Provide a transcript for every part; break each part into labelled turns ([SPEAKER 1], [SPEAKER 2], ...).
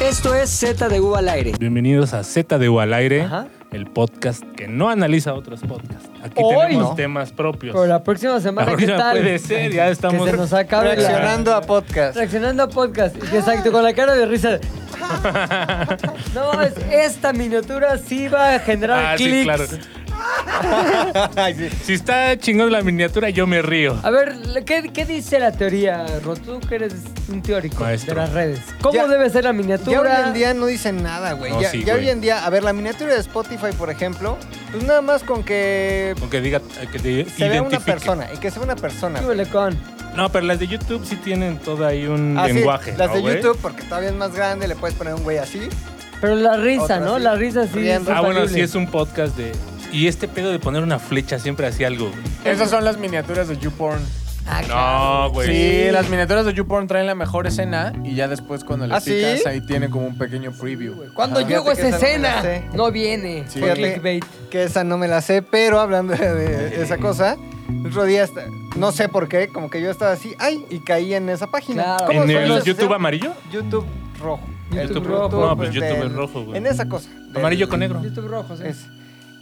[SPEAKER 1] Esto es Z de U al aire.
[SPEAKER 2] Bienvenidos a Z de U al aire,
[SPEAKER 3] Ajá.
[SPEAKER 2] el podcast que no analiza otros podcasts. Aquí
[SPEAKER 3] Hoy
[SPEAKER 2] tenemos
[SPEAKER 3] no.
[SPEAKER 2] temas propios.
[SPEAKER 3] Pero la próxima semana,
[SPEAKER 2] Ahora
[SPEAKER 3] ¿qué tal?
[SPEAKER 2] puede ser, ya estamos
[SPEAKER 3] Que se nos acabe la-
[SPEAKER 4] Reaccionando a podcast.
[SPEAKER 3] Reaccionando a podcast. Exacto, con la cara de risa. No mames, esta miniatura sí va a generar
[SPEAKER 2] Ah, sí,
[SPEAKER 3] clics.
[SPEAKER 2] claro.
[SPEAKER 4] Ay, sí.
[SPEAKER 2] Si está chingón la miniatura, yo me río.
[SPEAKER 3] A ver, ¿qué, qué dice la teoría, Ro? Tú que eres un teórico
[SPEAKER 2] Maestro.
[SPEAKER 3] de las redes. ¿Cómo
[SPEAKER 4] Ya-
[SPEAKER 3] debe ser la
[SPEAKER 4] Ya
[SPEAKER 3] miniatura?
[SPEAKER 4] hoy en día no dicen nada, güey.
[SPEAKER 2] No,
[SPEAKER 4] ya
[SPEAKER 2] sí,
[SPEAKER 4] ya
[SPEAKER 2] güey.
[SPEAKER 4] hoy en día, a ver, la miniatura de Spotify, por ejemplo, pues nada más con que
[SPEAKER 2] Aunque diga eh, que te
[SPEAKER 4] se vea una
[SPEAKER 2] identifique.
[SPEAKER 4] persona y que sea una persona.
[SPEAKER 3] ¿Qué
[SPEAKER 4] güey.
[SPEAKER 3] huele con?
[SPEAKER 2] No, pero las de YouTube sí tienen todo ahí un
[SPEAKER 4] Ah, sí,
[SPEAKER 2] lenguaje.
[SPEAKER 4] las
[SPEAKER 2] ¿no,
[SPEAKER 4] de
[SPEAKER 2] güey?
[SPEAKER 4] YouTube, porque todavía es más grande, le puedes poner un güey así.
[SPEAKER 3] Pero la risa,
[SPEAKER 4] Otra
[SPEAKER 3] ¿no?
[SPEAKER 4] sí.
[SPEAKER 3] La risa sí.
[SPEAKER 4] Riendo.
[SPEAKER 3] es
[SPEAKER 2] Ah, bueno,
[SPEAKER 3] infalible.
[SPEAKER 2] sí es un podcast de. Y este pedo de poner una flecha siempre hacía algo.
[SPEAKER 5] Esas son las miniaturas de YouPorn.
[SPEAKER 4] Ah,
[SPEAKER 2] No, güey.
[SPEAKER 5] Sí, las miniaturas de YouPorn traen la mejor escena y ya después cuando le
[SPEAKER 4] ¿Ah, sí?
[SPEAKER 5] picas ahí tiene como un pequeño preview.
[SPEAKER 3] Cuando
[SPEAKER 4] Ajá.
[SPEAKER 3] llego a esa
[SPEAKER 4] Fíjate que esa no me la
[SPEAKER 3] escena,
[SPEAKER 4] sé.
[SPEAKER 3] no viene.
[SPEAKER 5] Sí.
[SPEAKER 3] Por
[SPEAKER 4] Fíjate.
[SPEAKER 3] clickbait.
[SPEAKER 4] Que esa no me la sé, pero hablando de, de esa cosa, el otro día, hasta- no sé por qué, como que yo estaba así, ay, y caí en esa página.
[SPEAKER 3] Claro.
[SPEAKER 2] ¿En
[SPEAKER 4] se
[SPEAKER 2] el-
[SPEAKER 4] llama
[SPEAKER 2] los
[SPEAKER 4] esa
[SPEAKER 2] YouTube
[SPEAKER 4] sección?
[SPEAKER 2] amarillo?
[SPEAKER 4] YouTube rojo. El
[SPEAKER 3] YouTube rojo.
[SPEAKER 2] No, pues YouTube
[SPEAKER 4] del-
[SPEAKER 2] es rojo, güey.
[SPEAKER 4] En esa cosa. del-
[SPEAKER 2] Amarillo con negro.
[SPEAKER 3] YouTube rojo, sí.
[SPEAKER 4] Es.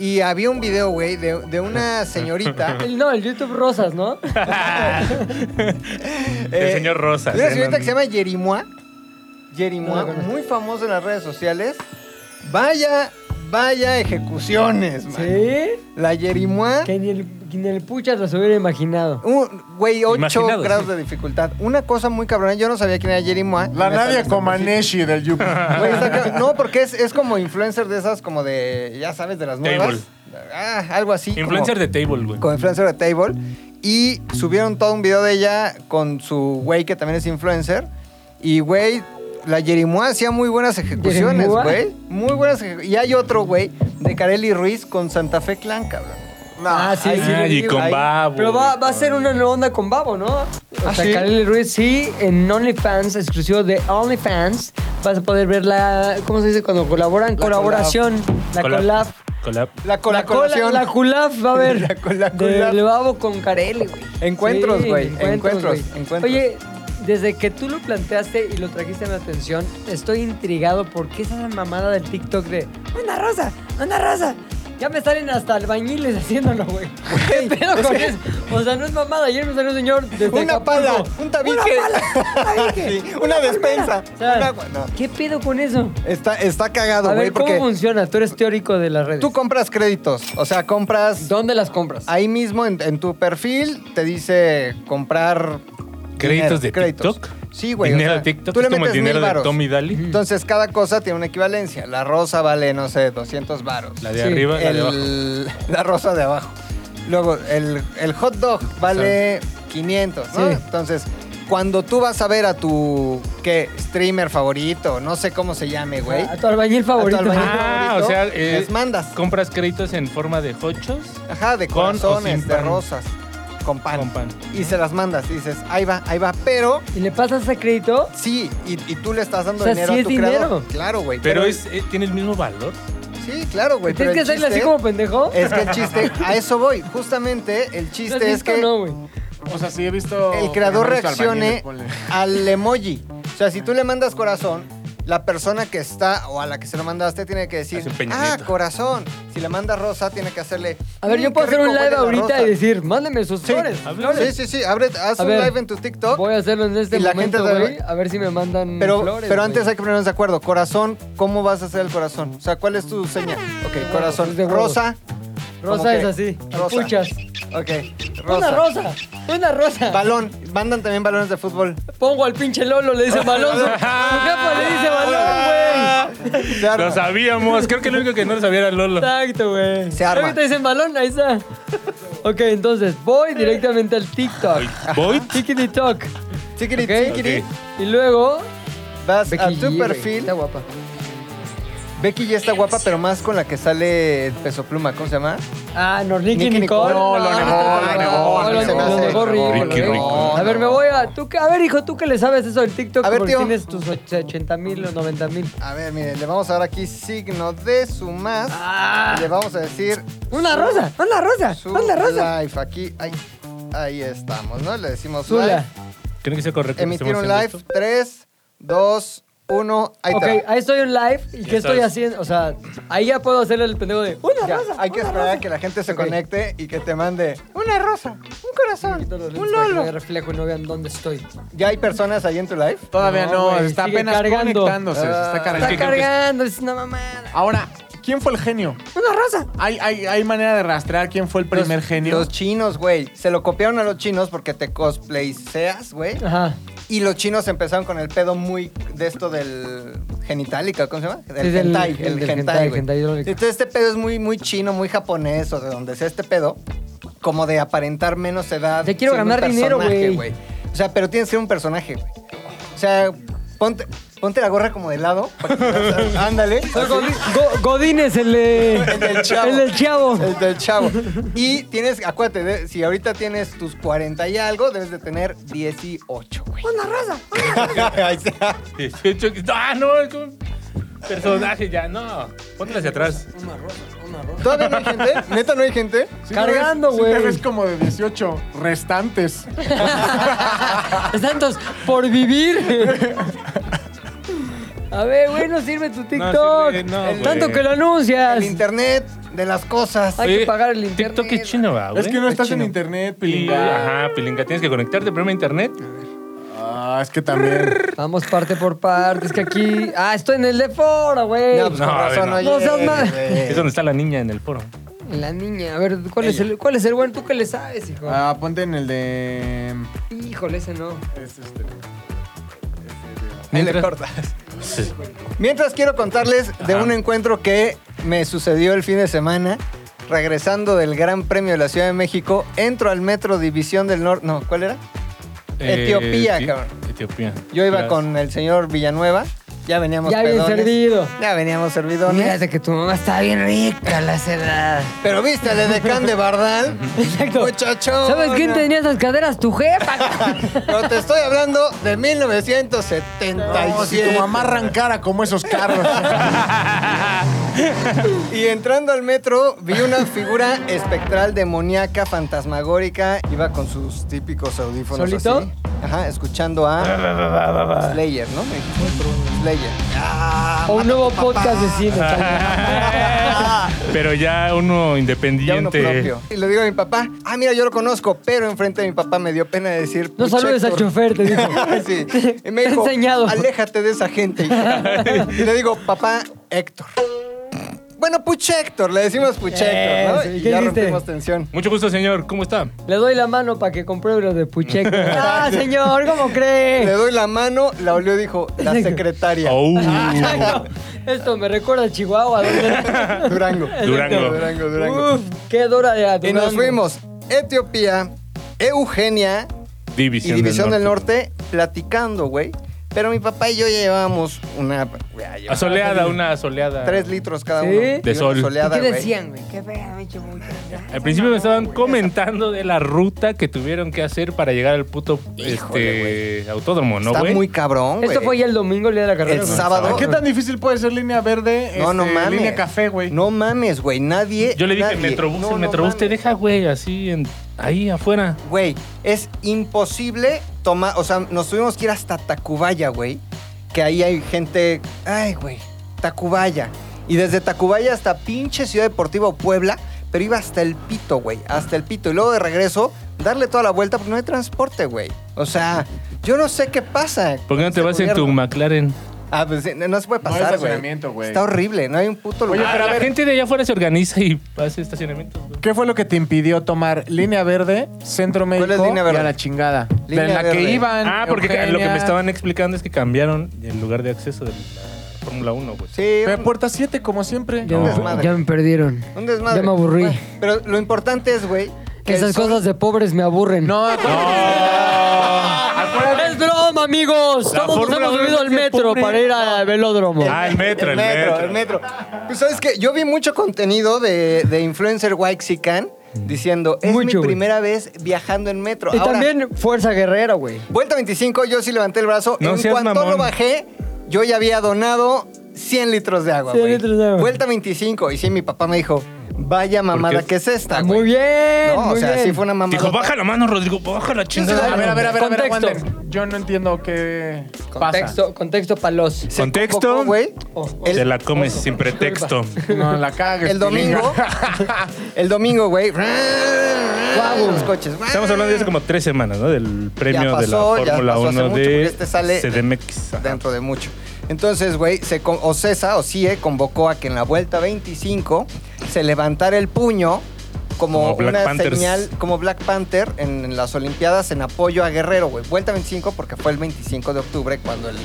[SPEAKER 4] Y había un video, güey, de, de una señorita.
[SPEAKER 3] El- no, el YouTube rosas, ¿no?
[SPEAKER 2] el señor Rosas.
[SPEAKER 4] Una
[SPEAKER 2] ¿eh?
[SPEAKER 4] señorita
[SPEAKER 2] No-
[SPEAKER 4] que se llama Yerimoa.
[SPEAKER 3] No
[SPEAKER 4] Yerimoa,
[SPEAKER 3] la conozco.
[SPEAKER 4] muy famosa en las redes sociales. Vaya, vaya ejecuciones, man.
[SPEAKER 3] Sí.
[SPEAKER 4] La Yerimoa.
[SPEAKER 3] Que ni el, que ni el Puchas los hubiera imaginado.
[SPEAKER 4] Un, güey, 8
[SPEAKER 2] Imaginado,
[SPEAKER 4] grados
[SPEAKER 2] sí.
[SPEAKER 4] de dificultad. Una cosa muy cabrona. Yo no sabía quién era Yerimoa.
[SPEAKER 5] La
[SPEAKER 4] Neta,
[SPEAKER 5] Nadia
[SPEAKER 4] hasta-
[SPEAKER 5] Comaneci del YouPorn.
[SPEAKER 4] Güey, está ca- no, porque es, es como influencer de esas, como de, ya sabes, de las
[SPEAKER 2] Table.
[SPEAKER 4] nuevas. Ah, algo así. como-
[SPEAKER 2] Influencer de table, güey.
[SPEAKER 4] con influencer de table y subieron todo un video de ella con su güey que también es influencer y güey la Jerimoa hacía muy buenas ejecuciones,
[SPEAKER 3] ¿Yerimoa?
[SPEAKER 4] güey. Muy buenas ejecu- Y hay otro, güey, de Carelli Ruiz con Santa Fe Clan, cabrón.
[SPEAKER 3] Ah, sí, sí.
[SPEAKER 2] Ah,
[SPEAKER 3] lo
[SPEAKER 2] y
[SPEAKER 3] digo.
[SPEAKER 2] con
[SPEAKER 4] ahí.
[SPEAKER 2] Babo.
[SPEAKER 3] Pero va,
[SPEAKER 2] güey,
[SPEAKER 3] va a ser
[SPEAKER 2] con-
[SPEAKER 3] una nueva onda con Babo, ¿no? O
[SPEAKER 4] ¿Ah,
[SPEAKER 3] sea,
[SPEAKER 4] sí?
[SPEAKER 3] Kareli Ruiz, sí, en OnlyFans, exclusivo de OnlyFans, vas a poder ver la. ¿Cómo se dice? Cuando colaboran, colaboración. La
[SPEAKER 2] Collab.
[SPEAKER 3] collab.
[SPEAKER 2] Collab.
[SPEAKER 4] La
[SPEAKER 3] La cola,
[SPEAKER 4] colaboración.
[SPEAKER 3] la culaf, va a ver.
[SPEAKER 4] La cola- la
[SPEAKER 3] de-
[SPEAKER 4] culaf.
[SPEAKER 3] de Babo con Carelli, güey.
[SPEAKER 4] Encuentros, güey, encuentros,
[SPEAKER 3] güey.
[SPEAKER 4] encuentros.
[SPEAKER 3] Oye, desde que tú lo planteaste y lo trajiste a mi atención, estoy intrigado por qué esa mamada del TikTok de una rosa, una rosa. Ya me salen hasta albañiles haciéndolo, güey. ¿Qué pedo con eso? O sea, no es mamada. Ayer me salió un señor desde
[SPEAKER 4] Una
[SPEAKER 3] Acapulco.
[SPEAKER 4] pala, un tabique.
[SPEAKER 3] Una pala, un tabique.
[SPEAKER 4] Sí, una despensa.
[SPEAKER 3] O sea,
[SPEAKER 4] un agua. No,
[SPEAKER 3] ¿Qué pedo con eso?
[SPEAKER 4] Está, está
[SPEAKER 3] A
[SPEAKER 4] cagado, güey,
[SPEAKER 3] ver, ¿cómo
[SPEAKER 4] porque
[SPEAKER 3] funciona? Tú eres teórico de las redes.
[SPEAKER 4] tú compras créditos. O sea, compras
[SPEAKER 3] ¿Dónde las compras?
[SPEAKER 4] ahí mismo en, en tu perfil te dice comprar
[SPEAKER 2] ¿Créditos de
[SPEAKER 4] créditos.
[SPEAKER 2] TikTok?
[SPEAKER 4] Sí, güey. o
[SPEAKER 2] Dinero
[SPEAKER 4] sea,
[SPEAKER 2] de TikTok.
[SPEAKER 4] tú le
[SPEAKER 2] es como el
[SPEAKER 4] metes mil
[SPEAKER 2] dinero de
[SPEAKER 4] varos.
[SPEAKER 2] Tommy Daly.
[SPEAKER 4] Entonces cada cosa tiene una equivalencia. La rosa vale, no sé, 200 varos.
[SPEAKER 2] La de
[SPEAKER 3] Sí,
[SPEAKER 2] arriba, la de abajo.
[SPEAKER 4] El- la rosa de abajo. Luego, el, el hot dog vale 500, ¿no?
[SPEAKER 3] Sí.
[SPEAKER 4] Entonces, cuando tú vas a ver a tu, ¿qué? Streamer favorito, no sé cómo se llame, güey.
[SPEAKER 3] A Ah, tu albañil favorito.
[SPEAKER 4] A tu albañil
[SPEAKER 2] Ah,
[SPEAKER 4] favorito,
[SPEAKER 2] o sea, eh,
[SPEAKER 4] les mandas.
[SPEAKER 2] Compras créditos en forma de hochos
[SPEAKER 4] Ajá, de
[SPEAKER 2] Con o sin
[SPEAKER 4] corazones, de
[SPEAKER 2] pan.
[SPEAKER 4] rosas, con
[SPEAKER 3] Ah.
[SPEAKER 4] pan.
[SPEAKER 2] con pan.
[SPEAKER 4] Y se las mandas, y dices, ahí va, ahí va, pero
[SPEAKER 3] ¿Y le pasas a crédito?
[SPEAKER 4] sí, y, y tú le estás dando
[SPEAKER 3] O sea,
[SPEAKER 4] dinero
[SPEAKER 3] sí
[SPEAKER 4] a
[SPEAKER 3] es
[SPEAKER 4] tu creador.
[SPEAKER 3] dinero.
[SPEAKER 4] Claro, güey.
[SPEAKER 2] Pero es, eh, tiene el mismo valor.
[SPEAKER 4] Sí, claro, güey.
[SPEAKER 3] ¿Tienes Pues que
[SPEAKER 4] pero el
[SPEAKER 3] hacerle así
[SPEAKER 4] chiste
[SPEAKER 3] como pendejo?
[SPEAKER 4] Es que el chiste, a eso voy. Justamente el
[SPEAKER 3] ¿Lo
[SPEAKER 4] chiste
[SPEAKER 3] has
[SPEAKER 4] es
[SPEAKER 3] visto o
[SPEAKER 4] que
[SPEAKER 3] no, güey?
[SPEAKER 5] O sea, sí he visto...
[SPEAKER 4] el creador
[SPEAKER 5] pero no he visto
[SPEAKER 4] reaccione
[SPEAKER 5] albañiles, ponle.
[SPEAKER 4] al emoji. O sea, si tú le mandas corazón, la persona que está o a la que se lo mandaste tiene que decir,
[SPEAKER 2] Hace un Peña
[SPEAKER 4] ah,
[SPEAKER 2] Nieto.
[SPEAKER 4] corazón. Si le mandas rosa, tiene que hacerle.
[SPEAKER 3] A ver,
[SPEAKER 4] "Mm,
[SPEAKER 3] yo puedo
[SPEAKER 4] qué
[SPEAKER 3] hacer un
[SPEAKER 4] rico
[SPEAKER 3] live
[SPEAKER 4] huele la rosa".
[SPEAKER 3] ahorita y decir, mándeme sus flores.
[SPEAKER 2] a ver.
[SPEAKER 3] flores.
[SPEAKER 4] Sí, sí, sí. Abre, haz
[SPEAKER 3] A
[SPEAKER 4] un
[SPEAKER 3] ver,
[SPEAKER 4] live en tu TikTok.
[SPEAKER 3] Voy a hacerlo en este
[SPEAKER 4] Y la
[SPEAKER 3] momento,
[SPEAKER 4] gente te-
[SPEAKER 3] güey. A ver si me mandan
[SPEAKER 4] Pero,
[SPEAKER 3] flores.
[SPEAKER 4] pero
[SPEAKER 3] güey.
[SPEAKER 4] antes hay que ponernos de acuerdo. Corazón, ¿cómo vas a hacer el corazón? O sea, ¿cuál es tu señal? Ok, corazón.
[SPEAKER 3] es de huevos.
[SPEAKER 4] rosa.
[SPEAKER 3] Rosa
[SPEAKER 4] como
[SPEAKER 3] es
[SPEAKER 4] que-
[SPEAKER 3] así.
[SPEAKER 4] rosa.
[SPEAKER 3] Puchas.
[SPEAKER 4] Ok,
[SPEAKER 3] Una
[SPEAKER 4] rosa.
[SPEAKER 3] rosa. Una rosa.
[SPEAKER 4] Balón. Mandan también balones de fútbol.
[SPEAKER 3] Pongo al pinche Lolo, le dice balón. Su su jefa le dice balón, güey.
[SPEAKER 4] Se arma.
[SPEAKER 2] Lo sabíamos. Creo que lo único que no lo sabía era Lolo.
[SPEAKER 3] Exacto, güey.
[SPEAKER 4] Se arma.
[SPEAKER 3] Ahorita dicen balón, ahí está. Ok, entonces voy directamente al TikTok.
[SPEAKER 2] Voy.
[SPEAKER 3] Tickety Talk.
[SPEAKER 4] Chiquiri,
[SPEAKER 3] Ok.
[SPEAKER 4] chiquiri.
[SPEAKER 3] Y luego.
[SPEAKER 4] Vas a
[SPEAKER 3] Becky G,
[SPEAKER 4] tu
[SPEAKER 3] güey.
[SPEAKER 4] perfil.
[SPEAKER 3] Está guapa.
[SPEAKER 4] Becky ya está guapa, pero más con la que sale peso pluma. ¿Cómo se llama?
[SPEAKER 3] Ah, no, Nicky
[SPEAKER 4] Nicky
[SPEAKER 3] Nicole.
[SPEAKER 4] Nicole. No,
[SPEAKER 5] lo negó, lo
[SPEAKER 3] No,
[SPEAKER 5] negó, lo negó,
[SPEAKER 3] lo
[SPEAKER 5] lo
[SPEAKER 3] negó
[SPEAKER 5] negó,
[SPEAKER 3] rico,
[SPEAKER 2] Ricky
[SPEAKER 3] lo negó.
[SPEAKER 2] Rico.
[SPEAKER 3] A ver, me voy a... ¿tú qué- a ver, hijo, ¿tú qué le sabes eso del TikTok?
[SPEAKER 4] A ver,
[SPEAKER 3] Porque
[SPEAKER 4] tío.
[SPEAKER 3] tienes tus och- 80 mil o 90 mil.
[SPEAKER 4] A ver, miren, le vamos a dar aquí signo de su más.
[SPEAKER 3] Ah.
[SPEAKER 4] Y le vamos a decir.
[SPEAKER 3] ¡Una
[SPEAKER 4] su-
[SPEAKER 3] rosa! ¡Una rosa!
[SPEAKER 4] Ah, Su
[SPEAKER 3] ¡Una rosa!
[SPEAKER 4] live. Aquí, ahí, ahí estamos, ¿no? Le decimos
[SPEAKER 3] Zula.
[SPEAKER 4] live.
[SPEAKER 2] Creo que sea correcto. que
[SPEAKER 4] Emitir
[SPEAKER 2] estemos
[SPEAKER 4] un
[SPEAKER 2] haciendo
[SPEAKER 4] live.
[SPEAKER 2] esto.
[SPEAKER 4] 3, 2, uno, ahí
[SPEAKER 3] ok,
[SPEAKER 4] te va.
[SPEAKER 3] ahí estoy en live. ¿Y
[SPEAKER 2] Ya
[SPEAKER 3] qué estoy
[SPEAKER 2] sabes.
[SPEAKER 3] haciendo? O sea, ahí ya puedo hacer el pendejo de. ¡Una
[SPEAKER 4] Ya,
[SPEAKER 3] rosa!
[SPEAKER 4] hay que esperar a que la gente se
[SPEAKER 3] Ok.
[SPEAKER 4] conecte y que te mande una rosa, un corazón, un
[SPEAKER 3] Me
[SPEAKER 4] lolo.
[SPEAKER 3] reflejo y no vean dónde estoy.
[SPEAKER 4] ¿Ya hay personas ahí en tu live?
[SPEAKER 5] Todavía
[SPEAKER 3] No,
[SPEAKER 5] no,
[SPEAKER 3] güey,
[SPEAKER 5] está
[SPEAKER 3] sigue
[SPEAKER 5] apenas
[SPEAKER 3] cargando.
[SPEAKER 5] conectándose. se
[SPEAKER 4] Ah.
[SPEAKER 5] está
[SPEAKER 3] Está
[SPEAKER 5] cargando.
[SPEAKER 2] que creo que es-
[SPEAKER 3] cargando, es una mamada.
[SPEAKER 5] Ahora, ¿quién fue el genio?
[SPEAKER 3] ¡Una rosa!
[SPEAKER 5] ¿Hay, hay, hay manera de rastrear quién fue el primer
[SPEAKER 4] Los-
[SPEAKER 5] genio?
[SPEAKER 4] Los chinos, güey. Se lo copiaron a los chinos porque te cosplayseas, güey.
[SPEAKER 3] Ajá.
[SPEAKER 4] Y los chinos empezaron con el pedo muy de esto del genitalica, ¿cómo se llama? Del
[SPEAKER 3] Sí, del-
[SPEAKER 4] hentai,
[SPEAKER 3] del-
[SPEAKER 4] el
[SPEAKER 3] del hentai,
[SPEAKER 4] hentai, güey.
[SPEAKER 3] hentai erótico.
[SPEAKER 4] Entonces este pedo es muy, muy chino, muy japonés, o de donde sea este pedo, como de aparentar menos edad.
[SPEAKER 3] Te quiero
[SPEAKER 4] siendo un
[SPEAKER 3] ganar dinero,
[SPEAKER 4] personaje,
[SPEAKER 3] güey.
[SPEAKER 4] O sea, pero tienes que ser un personaje, güey. O sea, ponte, ponte la gorra como de lado. para que- Ándale.
[SPEAKER 3] Soy
[SPEAKER 4] así.
[SPEAKER 3] Godín, Go- Godín es el de.
[SPEAKER 4] El del chavo.
[SPEAKER 3] El del chavo.
[SPEAKER 4] El del chavo. Y tienes, acuérdate, de- si ahorita tienes tus 40 y algo, debes de tener 18, güey. ¡Una raza! Ahí está.
[SPEAKER 2] 18 que- ¡Ah, no! es un personaje ya, no. Póntela hacia atrás.
[SPEAKER 4] ¿Todavía no hay gente? ¿Neta no hay gente?
[SPEAKER 5] Sí te
[SPEAKER 3] cargando,
[SPEAKER 5] ves- sí te
[SPEAKER 3] güey.
[SPEAKER 5] ves como de 18 restantes.
[SPEAKER 3] Están todos por vivir. A ver, güey, no sirve tu TikTok.
[SPEAKER 2] sirve, no,
[SPEAKER 3] El
[SPEAKER 2] güey.
[SPEAKER 3] tanto que lo anuncias.
[SPEAKER 4] eh, El internet de las cosas.
[SPEAKER 3] Hay que
[SPEAKER 2] Oye,
[SPEAKER 3] pagar el
[SPEAKER 2] TikTok
[SPEAKER 3] internet.
[SPEAKER 2] es chino, va, güey.
[SPEAKER 5] es que no estás en
[SPEAKER 4] chino.
[SPEAKER 5] internet,
[SPEAKER 2] Y-
[SPEAKER 5] pilinga.
[SPEAKER 2] Ajá, pilinga, tienes que conectarte primero a internet.
[SPEAKER 5] Ah, es que también.
[SPEAKER 3] Vamos parte por parte. Es que aquí. Ah, estoy en el de foro, güey.
[SPEAKER 4] No, pues
[SPEAKER 2] No,
[SPEAKER 4] con
[SPEAKER 2] a ver,
[SPEAKER 4] razón,
[SPEAKER 2] no.
[SPEAKER 4] oye,
[SPEAKER 3] No seas mal.
[SPEAKER 4] güey.
[SPEAKER 2] Es donde está la niña en el foro.
[SPEAKER 3] La niña. A ver, ¿cuál es el, cuál es el bueno? ¿Tú qué le sabes, hijo?
[SPEAKER 5] Ah, ponte en el de.
[SPEAKER 3] Híjole, ese no.
[SPEAKER 5] Es este.
[SPEAKER 4] Ahí le
[SPEAKER 2] Mientras-
[SPEAKER 4] cortas. Mientras quiero contarles de un encuentro que me sucedió el fin de semana. Regresando del Gran Premio de la Ciudad de México, entro al Metro División del Norte. No, ¿cuál era? Eh, Etiopía,
[SPEAKER 2] sí,
[SPEAKER 4] cabrón.
[SPEAKER 2] Etiopía.
[SPEAKER 4] Yo iba
[SPEAKER 2] Las-
[SPEAKER 4] con el señor Villanueva. Ya veníamos
[SPEAKER 3] Ya bien
[SPEAKER 4] pedones.
[SPEAKER 3] servido.
[SPEAKER 4] Ya veníamos servidones.
[SPEAKER 3] Mira, de que tu mamá está bien rica la cerrada.
[SPEAKER 4] Pero viste al edecán de Bardal.
[SPEAKER 3] Exacto.
[SPEAKER 4] Muchacho.
[SPEAKER 3] ¿Sabes quién tenía esas caderas? Tu jefa.
[SPEAKER 4] Pero te estoy hablando de 1977.
[SPEAKER 5] No, si tu mamá arrancara como esos carros.
[SPEAKER 4] Y entrando al metro, vi una figura espectral, demoníaca, fantasmagórica. Iba con sus típicos audífonos
[SPEAKER 3] ¿Solito?
[SPEAKER 4] así. Ajá, escuchando a Slayer, ¿no? Me dijiste. Slayer.
[SPEAKER 3] o un nuevo podcast de cine.
[SPEAKER 2] Pero ya uno
[SPEAKER 4] Ya uno
[SPEAKER 2] independiente.
[SPEAKER 4] propio. Y le digo a mi papá, ah, mira, yo lo conozco, pero enfrente de mi papá me dio pena decir.
[SPEAKER 3] No
[SPEAKER 4] "Pucha,
[SPEAKER 3] saludes al
[SPEAKER 4] Héctor".
[SPEAKER 3] chofer, te dijo.
[SPEAKER 4] sí. Y me
[SPEAKER 3] Te he
[SPEAKER 4] dijo,
[SPEAKER 3] enseñado.
[SPEAKER 4] aléjate de esa gente. y le digo, papá, Héctor. Bueno, Puch Héctor, le decimos Puch Héctor,
[SPEAKER 3] Eso,
[SPEAKER 4] ¿no?
[SPEAKER 3] ¿y
[SPEAKER 4] Y
[SPEAKER 3] Eh, qué
[SPEAKER 4] ya
[SPEAKER 3] hiciste?
[SPEAKER 4] rompimos tensión.
[SPEAKER 2] Mucho gusto, señor. ¿Cómo está?
[SPEAKER 3] Le doy la mano para que compruebe lo de Puchek. ah, señor, ¿cómo
[SPEAKER 4] Le
[SPEAKER 3] cree?
[SPEAKER 4] doy la mano, la olió y dijo, la secretaria.
[SPEAKER 2] Oh.
[SPEAKER 3] Ah, no. Esto me recuerda a Chihuahua. ¿dónde-
[SPEAKER 4] Durango.
[SPEAKER 2] Durango.
[SPEAKER 4] Durango, Durango.
[SPEAKER 3] Uf, qué dura de
[SPEAKER 4] Y nos fuimos. Etiopía, Eugenia,
[SPEAKER 2] División,
[SPEAKER 4] y División
[SPEAKER 2] del
[SPEAKER 4] del Norte, platicando, güey. Pero mi papá y yo ya llevábamos una. güey, ya llevábamos
[SPEAKER 2] Asoleada, una asoleada.
[SPEAKER 4] Tres litros cada
[SPEAKER 3] ¿Sí?
[SPEAKER 4] uno.
[SPEAKER 3] De
[SPEAKER 4] Y una
[SPEAKER 2] Ah. sol.
[SPEAKER 4] soleada,
[SPEAKER 3] ¿Qué
[SPEAKER 4] güey.
[SPEAKER 3] decían, güey? ¿Qué
[SPEAKER 2] Al principio me estaban comentando de la ruta que tuvieron que hacer para llegar al puto
[SPEAKER 4] Híjole,
[SPEAKER 2] este, autódromo, ¿no,
[SPEAKER 4] Está
[SPEAKER 2] güey?
[SPEAKER 4] muy cabrón, güey.
[SPEAKER 3] Esto fue ya el domingo, el día de la carrera.
[SPEAKER 4] El
[SPEAKER 3] güey.
[SPEAKER 4] sábado.
[SPEAKER 5] ¿Qué tan difícil puede ser línea verde?
[SPEAKER 4] No, no
[SPEAKER 5] este,
[SPEAKER 4] mames.
[SPEAKER 5] Línea café, güey.
[SPEAKER 4] No mames, güey. Nadie.
[SPEAKER 2] Yo le dije,
[SPEAKER 4] nadie.
[SPEAKER 2] Metrobús,
[SPEAKER 4] No,
[SPEAKER 2] el
[SPEAKER 4] no
[SPEAKER 2] Metrobús te
[SPEAKER 4] mames.
[SPEAKER 2] deja, güey, así, en- ahí afuera.
[SPEAKER 4] Güey, es imposible tomar. O sea, nos tuvimos que ir hasta Tacubaya, güey. Que ahí hay gente. Ay, güey. Tacubaya. Y desde Tacubaya hasta pinche Ciudad Deportiva o Puebla. Pero iba hasta el pito, güey. Hasta el pito. Y luego de regreso, darle toda la vuelta porque no hay transporte, güey. O sea, yo no sé qué pasa.
[SPEAKER 2] ¿Por qué no te
[SPEAKER 4] con
[SPEAKER 2] vas
[SPEAKER 4] este
[SPEAKER 2] en tu
[SPEAKER 4] gobierno.
[SPEAKER 2] McLaren?
[SPEAKER 4] Ah, pues sí, no, no se puede
[SPEAKER 5] No hay
[SPEAKER 4] pasar, güey.
[SPEAKER 5] estacionamiento, güey.
[SPEAKER 4] Está horrible. No hay un puto lugar.
[SPEAKER 2] Ah, la gente de allá afuera se organiza y hace estacionamientos, güey.
[SPEAKER 5] ¿Qué fue lo que te impidió tomar línea verde, centro médico
[SPEAKER 4] es línea verde?
[SPEAKER 5] y a la chingada?
[SPEAKER 4] Línea
[SPEAKER 5] de la
[SPEAKER 4] verde.
[SPEAKER 5] que iban.
[SPEAKER 2] Ah, porque
[SPEAKER 5] Eugenia.
[SPEAKER 2] lo que me estaban explicando es que cambiaron el lugar de acceso de la Fórmula 1, güey.
[SPEAKER 4] Sí,
[SPEAKER 5] Fue
[SPEAKER 4] un-
[SPEAKER 5] puerta 7, como siempre.
[SPEAKER 3] Ya,
[SPEAKER 2] No.
[SPEAKER 3] me, ya me perdieron.
[SPEAKER 4] Un desmadre.
[SPEAKER 3] Ya me aburrí.
[SPEAKER 4] Bueno, pero lo importante es, güey. que
[SPEAKER 3] Esas
[SPEAKER 4] el sol-
[SPEAKER 3] cosas de pobres me aburren.
[SPEAKER 5] No,
[SPEAKER 3] Es broma, amigos.
[SPEAKER 2] La
[SPEAKER 3] Todos nos
[SPEAKER 2] Fórmula
[SPEAKER 3] hemos
[SPEAKER 2] uno
[SPEAKER 3] subido
[SPEAKER 2] es
[SPEAKER 3] al
[SPEAKER 2] que
[SPEAKER 3] metro
[SPEAKER 2] pobre-
[SPEAKER 3] para ir al velódromo.
[SPEAKER 2] Ah, el metro, el metro.
[SPEAKER 4] El metro. Pues sabes que yo vi mucho contenido de, de influencer Waxican
[SPEAKER 2] Mm.
[SPEAKER 4] diciendo, es
[SPEAKER 3] Mucho,
[SPEAKER 4] mi
[SPEAKER 3] güey.
[SPEAKER 4] primera vez viajando en metro.
[SPEAKER 3] y
[SPEAKER 4] Ahora,
[SPEAKER 3] también Fuerza Guerrera, güey.
[SPEAKER 4] Vuelta 25, yo sí levanté el brazo.
[SPEAKER 2] No
[SPEAKER 4] en
[SPEAKER 2] seas
[SPEAKER 4] cuanto
[SPEAKER 2] mamón.
[SPEAKER 4] lo bajé, yo ya había donado 100 litros de agua,
[SPEAKER 3] 100
[SPEAKER 4] güey.
[SPEAKER 3] litros de agua.
[SPEAKER 4] Vuelta 25. Y sí, mi papá me dijo, vaya mamada
[SPEAKER 2] Porque-
[SPEAKER 4] que es
[SPEAKER 2] Ah,
[SPEAKER 4] esta, Ah, güey.
[SPEAKER 3] Muy bien,
[SPEAKER 4] No,
[SPEAKER 3] muy
[SPEAKER 4] o sea,
[SPEAKER 3] bien.
[SPEAKER 4] sí fue una mamada.
[SPEAKER 2] Dijo, baja la mano, Rodrigo, baja la chingada.
[SPEAKER 5] A ver, a ver, a ver, a ver,
[SPEAKER 3] Contexto.
[SPEAKER 5] aguanten. Yo no entiendo qué pasa.
[SPEAKER 3] Contexto, contexto palos.
[SPEAKER 4] Se
[SPEAKER 2] Contexto.
[SPEAKER 4] convocó, güey.
[SPEAKER 3] Oh, oh.
[SPEAKER 4] El-
[SPEAKER 2] Te la comes sin pretexto.
[SPEAKER 5] No, la cagues.
[SPEAKER 4] El domingo,
[SPEAKER 5] pilinga.
[SPEAKER 4] el domingo, güey. Los coches.
[SPEAKER 2] Estamos hablando de hace como tres semanas, ¿no? Del premio
[SPEAKER 4] pasó,
[SPEAKER 2] de
[SPEAKER 4] ya
[SPEAKER 2] la Fórmula
[SPEAKER 4] pasó hace
[SPEAKER 2] 1
[SPEAKER 4] mucho,
[SPEAKER 2] de
[SPEAKER 4] porque este sale-
[SPEAKER 2] CDMX. Ajá.
[SPEAKER 4] dentro de mucho. Entonces, güey, se con- o CESA o CIE convocó a que en la vuelta 25 se levantara el puño como,
[SPEAKER 2] Como Black
[SPEAKER 4] una
[SPEAKER 2] Panthers.
[SPEAKER 4] señal, como Black Panther en, en las Olimpiadas en apoyo a Guerrero, güey. Vuelta 25 porque fue el 25 de octubre cuando el...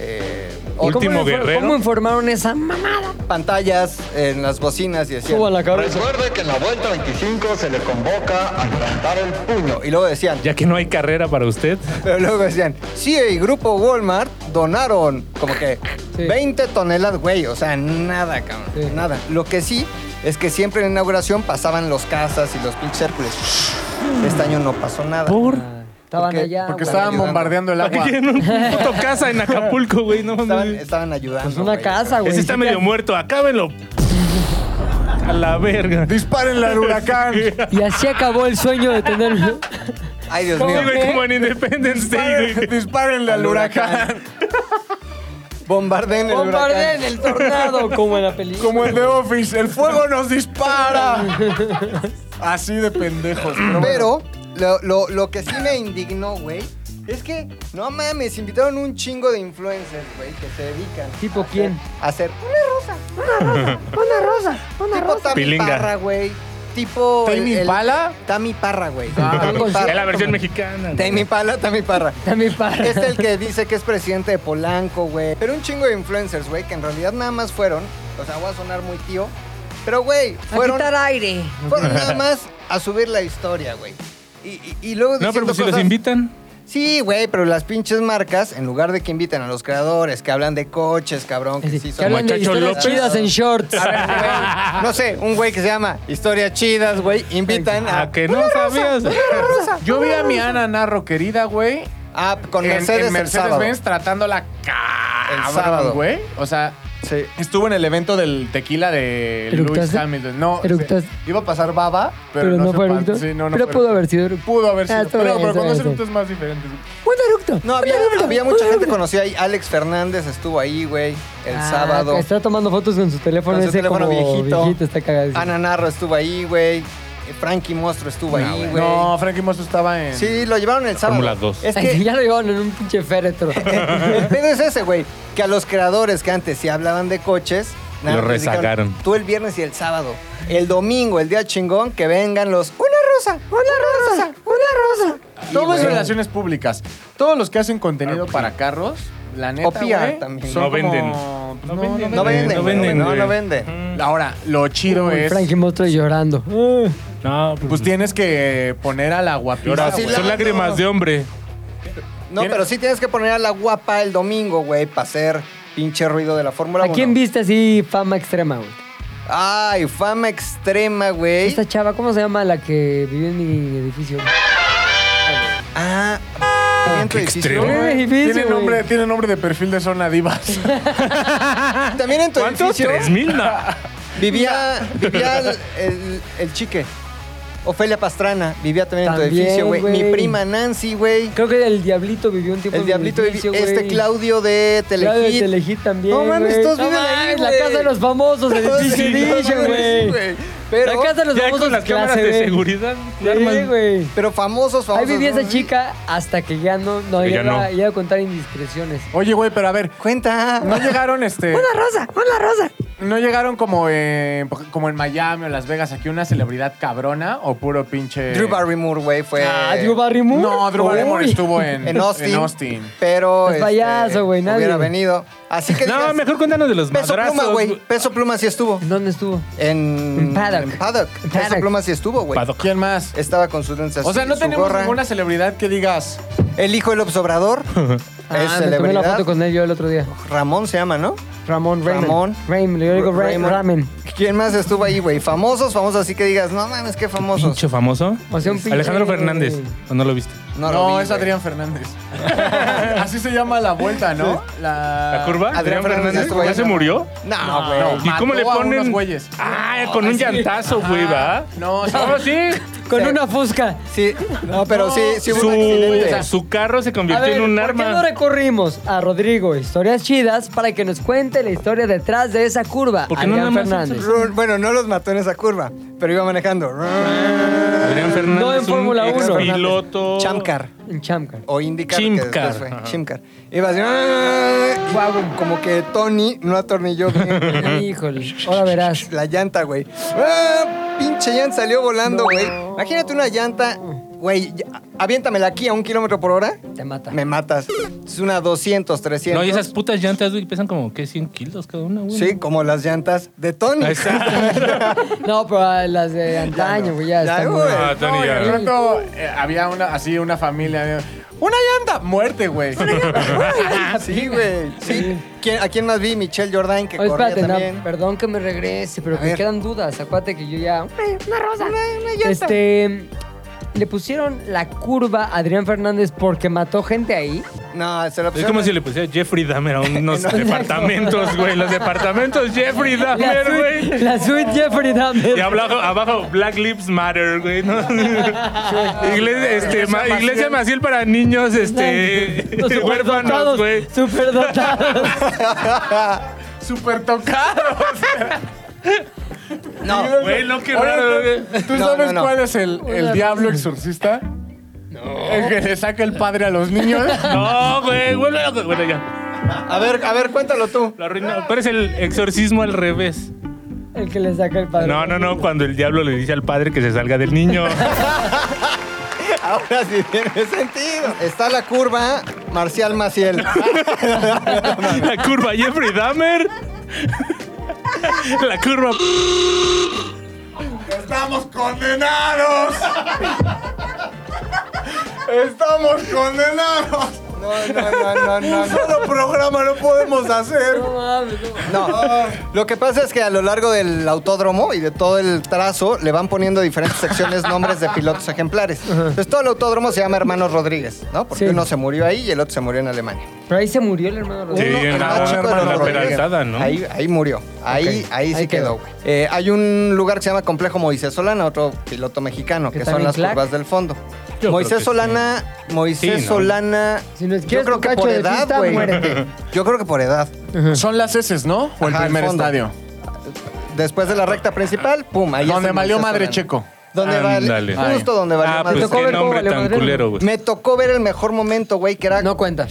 [SPEAKER 4] eh,
[SPEAKER 3] ¿Cómo
[SPEAKER 2] Último
[SPEAKER 3] info-
[SPEAKER 2] guerrero.
[SPEAKER 3] ¿Cómo informaron esa mamada?
[SPEAKER 4] pantallas en las bocinas y decían...
[SPEAKER 3] Suban la cabeza.
[SPEAKER 6] Recuerde que en la vuelta 25 se le convoca a levantar el puño.
[SPEAKER 4] "Puño", Y luego decían...
[SPEAKER 2] Ya que no hay carrera para usted,
[SPEAKER 4] Pero luego decían, CIE y Grupo Walmart donaron como que
[SPEAKER 3] Sí.
[SPEAKER 4] 20 toneladas, güey. O sea, nada, cabrón.
[SPEAKER 3] Sí.
[SPEAKER 4] Nada. Lo que sí es que siempre en la inauguración pasaban los casas y los pinches Hércules. Este año no pasó nada.
[SPEAKER 2] por.
[SPEAKER 3] Estaban
[SPEAKER 4] Porque-
[SPEAKER 3] allá.
[SPEAKER 4] Ah,
[SPEAKER 5] Porque
[SPEAKER 3] güey.
[SPEAKER 5] estaban
[SPEAKER 4] ayudando.
[SPEAKER 5] bombardeando el
[SPEAKER 2] ¿Para
[SPEAKER 5] agua.
[SPEAKER 2] qué quieren un puto casa en Acapulco, güey? No
[SPEAKER 4] Estaban,
[SPEAKER 2] mames.
[SPEAKER 4] estaban ayudando.
[SPEAKER 3] Pues una
[SPEAKER 4] güey.
[SPEAKER 3] casa, güey.
[SPEAKER 2] Ese está
[SPEAKER 3] Sí,
[SPEAKER 2] medio muerto, acábenlo. A la verga.
[SPEAKER 5] Disparen al huracán.
[SPEAKER 3] Y así acabó el sueño de tener.
[SPEAKER 4] Ay, Dios
[SPEAKER 2] Sí,
[SPEAKER 4] mío.
[SPEAKER 2] güey, como en Independence Day, güey.
[SPEAKER 5] Dispárenle al huracán.
[SPEAKER 4] Bombarden el
[SPEAKER 3] Bombardeen
[SPEAKER 4] huracán.
[SPEAKER 3] el tornado, como en la película.
[SPEAKER 5] Como el de Office. El fuego nos dispara. Así de pendejos. Pero, bueno.
[SPEAKER 4] Pero lo, lo- lo que sí me indignó, güey, es que, no mames, invitaron un chingo de influencers, güey, que se dedican.
[SPEAKER 3] ¿Tipo
[SPEAKER 4] a hacer-
[SPEAKER 3] quién?
[SPEAKER 4] A hacer una rosa, una rosa, una rosa, una tipo Tami
[SPEAKER 2] Pilinga.
[SPEAKER 4] Parra, güey. Tipo. el-
[SPEAKER 5] ¿Tame
[SPEAKER 4] el-
[SPEAKER 5] Impala?
[SPEAKER 4] Tami Parra, güey.
[SPEAKER 5] Ah,
[SPEAKER 4] Tami
[SPEAKER 3] con-
[SPEAKER 4] Parra.
[SPEAKER 2] Es la versión mexicana. güey.
[SPEAKER 4] Tami Parra, Tami Parra.
[SPEAKER 3] También para.
[SPEAKER 4] Es el que dice que es presidente de Polanco, güey. Pero un chingo de influencers, güey, que en realidad nada más fueron. O sea, voy a sonar muy tío. Pero, güey,
[SPEAKER 3] A
[SPEAKER 4] fueron
[SPEAKER 3] quitar aire.
[SPEAKER 4] fueron nada más a subir la historia, güey. Y, y- y luego
[SPEAKER 2] No, pero
[SPEAKER 4] diciendo
[SPEAKER 2] pues si los
[SPEAKER 4] cosas-
[SPEAKER 2] invitan.
[SPEAKER 4] Sí, güey, pero las pinches marcas, en lugar de que invitan a los creadores, que hablan de coches, cabrón, que sí
[SPEAKER 3] Que
[SPEAKER 4] son...
[SPEAKER 3] hablan de
[SPEAKER 2] Chacho
[SPEAKER 3] historias
[SPEAKER 2] López.
[SPEAKER 3] chidas en shorts.
[SPEAKER 4] A ver, güey, no sé, un güey que se llama Historias Chidas, güey, invitan a...
[SPEAKER 2] A que no sabías.
[SPEAKER 5] Yo vi a mi Ana Narro querida, güey.
[SPEAKER 4] Ah, con
[SPEAKER 5] en-
[SPEAKER 4] Mercedes,
[SPEAKER 5] en Mercedes
[SPEAKER 4] el sábado.
[SPEAKER 5] Benz tratándola
[SPEAKER 4] El sábado.
[SPEAKER 5] cabrón, güey. O sea,
[SPEAKER 4] Sí.
[SPEAKER 5] estuvo en el evento del tequila de Lewis
[SPEAKER 3] ¿Eructaste?
[SPEAKER 5] Hamilton. No,
[SPEAKER 3] ¿Eructaste?
[SPEAKER 5] se- iba a pasar baba, pero, no, se
[SPEAKER 3] fue
[SPEAKER 5] pa-
[SPEAKER 3] eructo.
[SPEAKER 5] sí, no, no
[SPEAKER 3] pero
[SPEAKER 5] fue
[SPEAKER 3] pudo
[SPEAKER 5] eructo.
[SPEAKER 3] haber sido eructo.
[SPEAKER 5] Pudo haber sido.
[SPEAKER 3] Ah, está
[SPEAKER 5] pero,
[SPEAKER 3] bien,
[SPEAKER 5] pero
[SPEAKER 3] está
[SPEAKER 5] cuando es
[SPEAKER 3] bien,
[SPEAKER 5] eructo es más diferente.
[SPEAKER 3] Un eructo.
[SPEAKER 4] No, había, había mucha gente conocida ahí. Alex Fernández estuvo ahí, güey, el
[SPEAKER 3] Ah,
[SPEAKER 4] sábado.
[SPEAKER 3] que Está tomando fotos con su teléfono
[SPEAKER 4] Con su
[SPEAKER 3] ese
[SPEAKER 4] teléfono
[SPEAKER 3] como
[SPEAKER 4] viejito.
[SPEAKER 3] está cagadísimo.
[SPEAKER 4] Ana Narro estuvo ahí, güey. Frankie Monstruo estuvo ahí, güey.
[SPEAKER 5] Ah, No, Frankie Mosso estaba en.
[SPEAKER 4] Sí, lo llevaron el sábado.
[SPEAKER 2] Fórmula 2.
[SPEAKER 4] Es que
[SPEAKER 3] ya lo llevaron en un pinche féretro.
[SPEAKER 4] El pedo es ese, güey. Que a los creadores que antes sí hablaban de coches,
[SPEAKER 2] Lo
[SPEAKER 4] les dijeron,
[SPEAKER 2] rezagaron.
[SPEAKER 4] Tú el viernes y el sábado. El domingo, el día chingón, que vengan los. Una rosa, una rosa, una rosa.
[SPEAKER 5] Todo es
[SPEAKER 4] güey.
[SPEAKER 5] relaciones públicas. Todos los que hacen contenido para carros, la neta,
[SPEAKER 4] O PR
[SPEAKER 5] güey,
[SPEAKER 4] también.
[SPEAKER 5] son
[SPEAKER 2] No venden.
[SPEAKER 5] como- pues,
[SPEAKER 2] No venden.
[SPEAKER 4] No venden,
[SPEAKER 2] No
[SPEAKER 4] no
[SPEAKER 2] venden,
[SPEAKER 4] No,
[SPEAKER 2] güey.
[SPEAKER 4] no venden.
[SPEAKER 5] Ahora, lo chido
[SPEAKER 3] Uy,
[SPEAKER 5] es...
[SPEAKER 3] Frankie Mostro llorando. Ah.
[SPEAKER 2] No, pues,
[SPEAKER 5] Pues tienes que poner a la guapita.
[SPEAKER 2] Ahora,
[SPEAKER 5] güey.
[SPEAKER 2] son lágrimas de hombre.
[SPEAKER 4] No, pero sí tienes que poner a la guapa el domingo, güey, para hacer pinche ruido de la Fórmula 1.
[SPEAKER 3] ¿A quién viste así fama extrema, güey?
[SPEAKER 4] Ay, fama extrema, güey.
[SPEAKER 3] Esta chava, ¿cómo se llama la que vivió en mi edificio?
[SPEAKER 4] Ah, en tu
[SPEAKER 2] qué
[SPEAKER 4] edificio.
[SPEAKER 2] extremo.
[SPEAKER 3] Vive en mi edificio,
[SPEAKER 5] Tiene
[SPEAKER 3] güey.
[SPEAKER 5] nombre, tiene nombre de perfil de zona divas.
[SPEAKER 4] También en tu
[SPEAKER 2] ¿Cuántos?
[SPEAKER 4] edificio
[SPEAKER 2] ¿Tres mil? No.
[SPEAKER 4] vivía, vivía el, el- el chique. Ofelia Pastrana vivía también, en tu
[SPEAKER 3] También,
[SPEAKER 4] edificio, güey.
[SPEAKER 3] güey.
[SPEAKER 4] Mi prima Nancy, güey.
[SPEAKER 3] Creo que el Diablito vivió un tiempo en
[SPEAKER 4] El
[SPEAKER 3] mi
[SPEAKER 4] diablito de-
[SPEAKER 3] edificio,
[SPEAKER 4] este
[SPEAKER 3] güey.
[SPEAKER 4] Claudio de
[SPEAKER 3] Claudio de
[SPEAKER 4] Telehit.
[SPEAKER 3] Telehit también,
[SPEAKER 4] No mames,
[SPEAKER 3] güey.
[SPEAKER 4] todos
[SPEAKER 3] No
[SPEAKER 4] viven ahí,
[SPEAKER 3] mames, La
[SPEAKER 4] güey.
[SPEAKER 3] casa de los famosos, edificio
[SPEAKER 4] Sí,
[SPEAKER 3] edificio,
[SPEAKER 4] no mames,
[SPEAKER 3] güey.
[SPEAKER 4] güey. Pero,
[SPEAKER 3] La casa de los
[SPEAKER 2] Ya
[SPEAKER 3] famosos
[SPEAKER 2] con las cámaras
[SPEAKER 3] clase
[SPEAKER 2] de
[SPEAKER 3] B.
[SPEAKER 2] seguridad.
[SPEAKER 3] Sí,
[SPEAKER 2] arman-
[SPEAKER 3] güey.
[SPEAKER 4] pero famosos, famosos.
[SPEAKER 3] Ahí vivía esa
[SPEAKER 4] ¿no?
[SPEAKER 3] chica hasta que ya no, no,
[SPEAKER 2] Que
[SPEAKER 3] ya,
[SPEAKER 2] ya
[SPEAKER 3] iba-
[SPEAKER 2] no.
[SPEAKER 3] ya iba a contar indiscreciones.
[SPEAKER 4] Eh,
[SPEAKER 5] Oye, güey, pero a ver,
[SPEAKER 4] Cuenta.
[SPEAKER 5] no llegaron este.
[SPEAKER 3] rosa! ¡Hola, rosa!
[SPEAKER 5] No llegaron como en, como en Miami o Las Vegas aquí una celebridad cabrona o puro pinche.
[SPEAKER 4] Drew Barrymore, güey, fue.
[SPEAKER 3] Ah, Drew Barrymore.
[SPEAKER 5] No, Drew Barrymore
[SPEAKER 3] Uy.
[SPEAKER 5] estuvo en,
[SPEAKER 4] En Austin.
[SPEAKER 5] en Austin.
[SPEAKER 4] Pero. este,
[SPEAKER 3] Es payaso, güey, nadie.
[SPEAKER 4] Hubiera venido. Así que.
[SPEAKER 2] No,
[SPEAKER 4] digas,
[SPEAKER 2] mejor cuéntanos de los
[SPEAKER 4] Peso
[SPEAKER 2] madrazos.
[SPEAKER 4] pluma, güey. Peso pluma sí estuvo.
[SPEAKER 3] ¿En ¿Dónde estuvo?
[SPEAKER 4] En.
[SPEAKER 3] En Paddock.
[SPEAKER 4] En Paddock.
[SPEAKER 3] En
[SPEAKER 4] Peso
[SPEAKER 3] Paddock.
[SPEAKER 4] pluma sí estuvo, güey.
[SPEAKER 2] Paddock.
[SPEAKER 5] ¿Quién más?
[SPEAKER 4] Estaba con su danza.
[SPEAKER 5] O sea, no
[SPEAKER 4] su
[SPEAKER 5] tenemos
[SPEAKER 4] gorra.
[SPEAKER 5] ninguna celebridad que digas.
[SPEAKER 4] El hijo del obsobrador. es
[SPEAKER 3] Ah, me tomé la
[SPEAKER 4] celebridad.
[SPEAKER 3] foto con él yo el otro día.
[SPEAKER 4] Ramón se llama, ¿no?
[SPEAKER 3] Ramón Raymond.
[SPEAKER 4] Ramón.
[SPEAKER 3] Raymond, yo digo Ra-
[SPEAKER 4] Raymond.
[SPEAKER 3] Ramen.
[SPEAKER 4] ¿Quién más estuvo ahí, güey? Famosos, famosos, así que digas, no mames, qué famosos.
[SPEAKER 2] Pinche famoso.
[SPEAKER 3] O sea, un pinche-
[SPEAKER 2] Alejandro Fernández. ¿O no lo viste?
[SPEAKER 5] No,
[SPEAKER 4] lo vi,
[SPEAKER 5] es
[SPEAKER 4] güey.
[SPEAKER 5] Adrián Fernández. Así se llama la vuelta, ¿no? La,
[SPEAKER 2] ¿La curva?
[SPEAKER 4] Adrián Fernández estuvo ahí.
[SPEAKER 2] ¿Ya se murió?
[SPEAKER 4] No, güey.
[SPEAKER 5] No.
[SPEAKER 2] ¿Y cómo
[SPEAKER 5] Mató
[SPEAKER 2] le
[SPEAKER 5] a
[SPEAKER 2] ponen?
[SPEAKER 5] unos güeyes.
[SPEAKER 2] Ah, con un llantazo, güey, ¿va?
[SPEAKER 5] Ah, No, sí.
[SPEAKER 2] No, sí.
[SPEAKER 3] Con una fusca.
[SPEAKER 4] Sí, no, pero sí, sí hubo un accidente.
[SPEAKER 2] Su, su carro se
[SPEAKER 3] A
[SPEAKER 2] convirtió
[SPEAKER 3] ver,
[SPEAKER 2] en un
[SPEAKER 3] ¿por qué
[SPEAKER 2] arma.
[SPEAKER 3] no recurrimos a Rodrigo Historias Chidas para que nos cuente la historia detrás de esa curva?
[SPEAKER 2] ¿Por qué no
[SPEAKER 3] Adrián
[SPEAKER 2] nada más
[SPEAKER 3] Fernández.
[SPEAKER 4] Run- bueno, no los mató en esa curva, pero iba manejando.
[SPEAKER 2] Adrián Fernández.
[SPEAKER 3] No en
[SPEAKER 2] un
[SPEAKER 3] Fórmula
[SPEAKER 2] ex
[SPEAKER 3] Uno.
[SPEAKER 2] Piloto.
[SPEAKER 4] Chamcar.
[SPEAKER 3] En Chamcar.
[SPEAKER 4] O IndyCar. que
[SPEAKER 2] Chimcar.
[SPEAKER 4] después fue
[SPEAKER 2] Ajá.
[SPEAKER 4] Chimcar. Iba así. y guau, Como que Tony no atornilló bien
[SPEAKER 3] Híjole, ahora verás.
[SPEAKER 4] la llanta, güey. Ah, Pinche llanta salió volando, güey. Imagínate una llanta, güey. ya- Aviéntamela aquí a un kilómetro por hora.
[SPEAKER 3] Te mata.
[SPEAKER 4] Me matas. Es una 200, 300.
[SPEAKER 2] No, y esas putas llantas, güey, pesan como, ¿qué? 100 kilos cada una, güey.
[SPEAKER 4] Sí, como las llantas de Tony.
[SPEAKER 3] No, pero ah, las de antaño, güey, ya
[SPEAKER 4] Ya,
[SPEAKER 3] están
[SPEAKER 4] güey.
[SPEAKER 3] muy-
[SPEAKER 2] Ah, Tony,
[SPEAKER 5] No, y
[SPEAKER 2] ya.
[SPEAKER 5] de pronto eh, había una, así una familia. eh, ¡Una llanta! ¡Muerte, güey!
[SPEAKER 4] Sí, güey. Sí. ¿Quién- ¿A quién más vi? Michelle Jordan, que
[SPEAKER 3] Oye,
[SPEAKER 4] corría
[SPEAKER 3] espérate, no,
[SPEAKER 4] también.
[SPEAKER 3] perdón que me regrese, pero
[SPEAKER 4] A
[SPEAKER 3] me
[SPEAKER 4] ver.
[SPEAKER 3] quedan dudas. Acuérdate que yo ya.
[SPEAKER 4] Una rosa.
[SPEAKER 3] Este. Le pusieron la curva a Adrián Fernández porque mató gente ahí.
[SPEAKER 4] No, se la
[SPEAKER 2] Es
[SPEAKER 4] pusieron.
[SPEAKER 2] como si le pusiera Jeffrey Dahmer a unos
[SPEAKER 4] No,
[SPEAKER 2] departamentos, güey. Los departamentos Jeffrey
[SPEAKER 3] La
[SPEAKER 2] Dahmer,
[SPEAKER 3] suite,
[SPEAKER 2] güey.
[SPEAKER 3] la suite Jeffrey Dahmer.
[SPEAKER 2] Y abajo, abajo, Black Lives Matter, güey. ¿no? Iglesia, este, ma- iglesia Maciel para niños este,
[SPEAKER 3] Los
[SPEAKER 2] huérfanos,
[SPEAKER 3] superdotados,
[SPEAKER 2] güey.
[SPEAKER 3] superdotados.
[SPEAKER 5] ¡Súper tocado!
[SPEAKER 4] No.
[SPEAKER 2] Ah, Güey, no, qué
[SPEAKER 5] Oye,
[SPEAKER 2] raro, eh".
[SPEAKER 5] ¿tú-
[SPEAKER 2] güey.
[SPEAKER 5] ¿Tú
[SPEAKER 4] No,
[SPEAKER 5] sabes
[SPEAKER 4] no, no.
[SPEAKER 5] cuál es el, el diablo exorcista? El que le saca el padre a los niños.
[SPEAKER 2] No, güey, vuelve a- Bueno, ya.
[SPEAKER 4] A ver, a ver, cuéntalo tú.
[SPEAKER 2] Lo arruinó. ¿Cuál es el exorcismo al revés?
[SPEAKER 3] El que le saca el padre.
[SPEAKER 2] No, no, no. Cuando el diablo le dice al padre que se salga del niño.
[SPEAKER 4] Ahora sí tiene sentido. Está la curva Marcial Maciel. Ah,
[SPEAKER 2] La curva Jeffrey Dahmer. La curva.
[SPEAKER 5] ¡Estamos condenados! ¡Estamos condenados!
[SPEAKER 4] No, no, no, no, no. no.
[SPEAKER 5] Solo programa no podemos hacer.
[SPEAKER 3] No mames, no.
[SPEAKER 4] No. Lo que pasa es que a lo largo del autódromo y de todo el trazo le van poniendo diferentes secciones nombres de pilotos ejemplares. Entonces todo el autódromo se llama Hermanos Rodríguez, ¿no? Porque
[SPEAKER 3] Sí.
[SPEAKER 4] uno se murió ahí y el otro se murió en Alemania.
[SPEAKER 3] Pero ahí se murió el hermano
[SPEAKER 2] Sí,
[SPEAKER 3] Rodrigo.
[SPEAKER 4] Uno,
[SPEAKER 2] en
[SPEAKER 4] el
[SPEAKER 2] la,
[SPEAKER 4] más chico de
[SPEAKER 2] en
[SPEAKER 4] los
[SPEAKER 2] la
[SPEAKER 4] Rodríguez.
[SPEAKER 2] peraltada, ¿no?
[SPEAKER 4] Ahí, ahí murió. Ahí,
[SPEAKER 3] Ok.
[SPEAKER 4] ahí sí
[SPEAKER 3] Ahí quedó.
[SPEAKER 4] quedó, güey. Eh, hay un lugar que se llama Complejo Moisés Solana, otro piloto mexicano,
[SPEAKER 3] ¿Que
[SPEAKER 4] que,
[SPEAKER 3] también
[SPEAKER 4] son las
[SPEAKER 3] clac?
[SPEAKER 4] curvas del fondo.
[SPEAKER 2] creo que
[SPEAKER 4] Moisés
[SPEAKER 2] sí.
[SPEAKER 4] Solana, Moisés
[SPEAKER 2] Sí, ¿no?
[SPEAKER 4] Solana.
[SPEAKER 3] Si nos
[SPEAKER 4] yo
[SPEAKER 3] quieres
[SPEAKER 4] creo
[SPEAKER 3] tu
[SPEAKER 4] que
[SPEAKER 3] cacho
[SPEAKER 4] por
[SPEAKER 3] de
[SPEAKER 4] edad,
[SPEAKER 3] pista,
[SPEAKER 4] güey.
[SPEAKER 3] muérete.
[SPEAKER 4] Yo creo que por edad.
[SPEAKER 5] Son las heces, ¿no? O el
[SPEAKER 4] Ajá, al
[SPEAKER 5] primer
[SPEAKER 4] fondo.
[SPEAKER 5] estadio.
[SPEAKER 4] Después de la recta principal, pum, ahí
[SPEAKER 5] Donde
[SPEAKER 4] está
[SPEAKER 5] valió
[SPEAKER 4] Moisés
[SPEAKER 5] madre
[SPEAKER 4] Solana.
[SPEAKER 5] Checo.
[SPEAKER 4] Donde vale,
[SPEAKER 2] Ándale.
[SPEAKER 4] justo donde valió
[SPEAKER 2] Ah,
[SPEAKER 4] madre.
[SPEAKER 2] pues
[SPEAKER 4] Me tocó
[SPEAKER 2] qué
[SPEAKER 4] ver-
[SPEAKER 3] cómo
[SPEAKER 2] nombre
[SPEAKER 3] valió
[SPEAKER 2] tan
[SPEAKER 3] madre.
[SPEAKER 2] culero, güey.
[SPEAKER 4] Me tocó ver el mejor momento, güey, que era
[SPEAKER 3] No cuenta.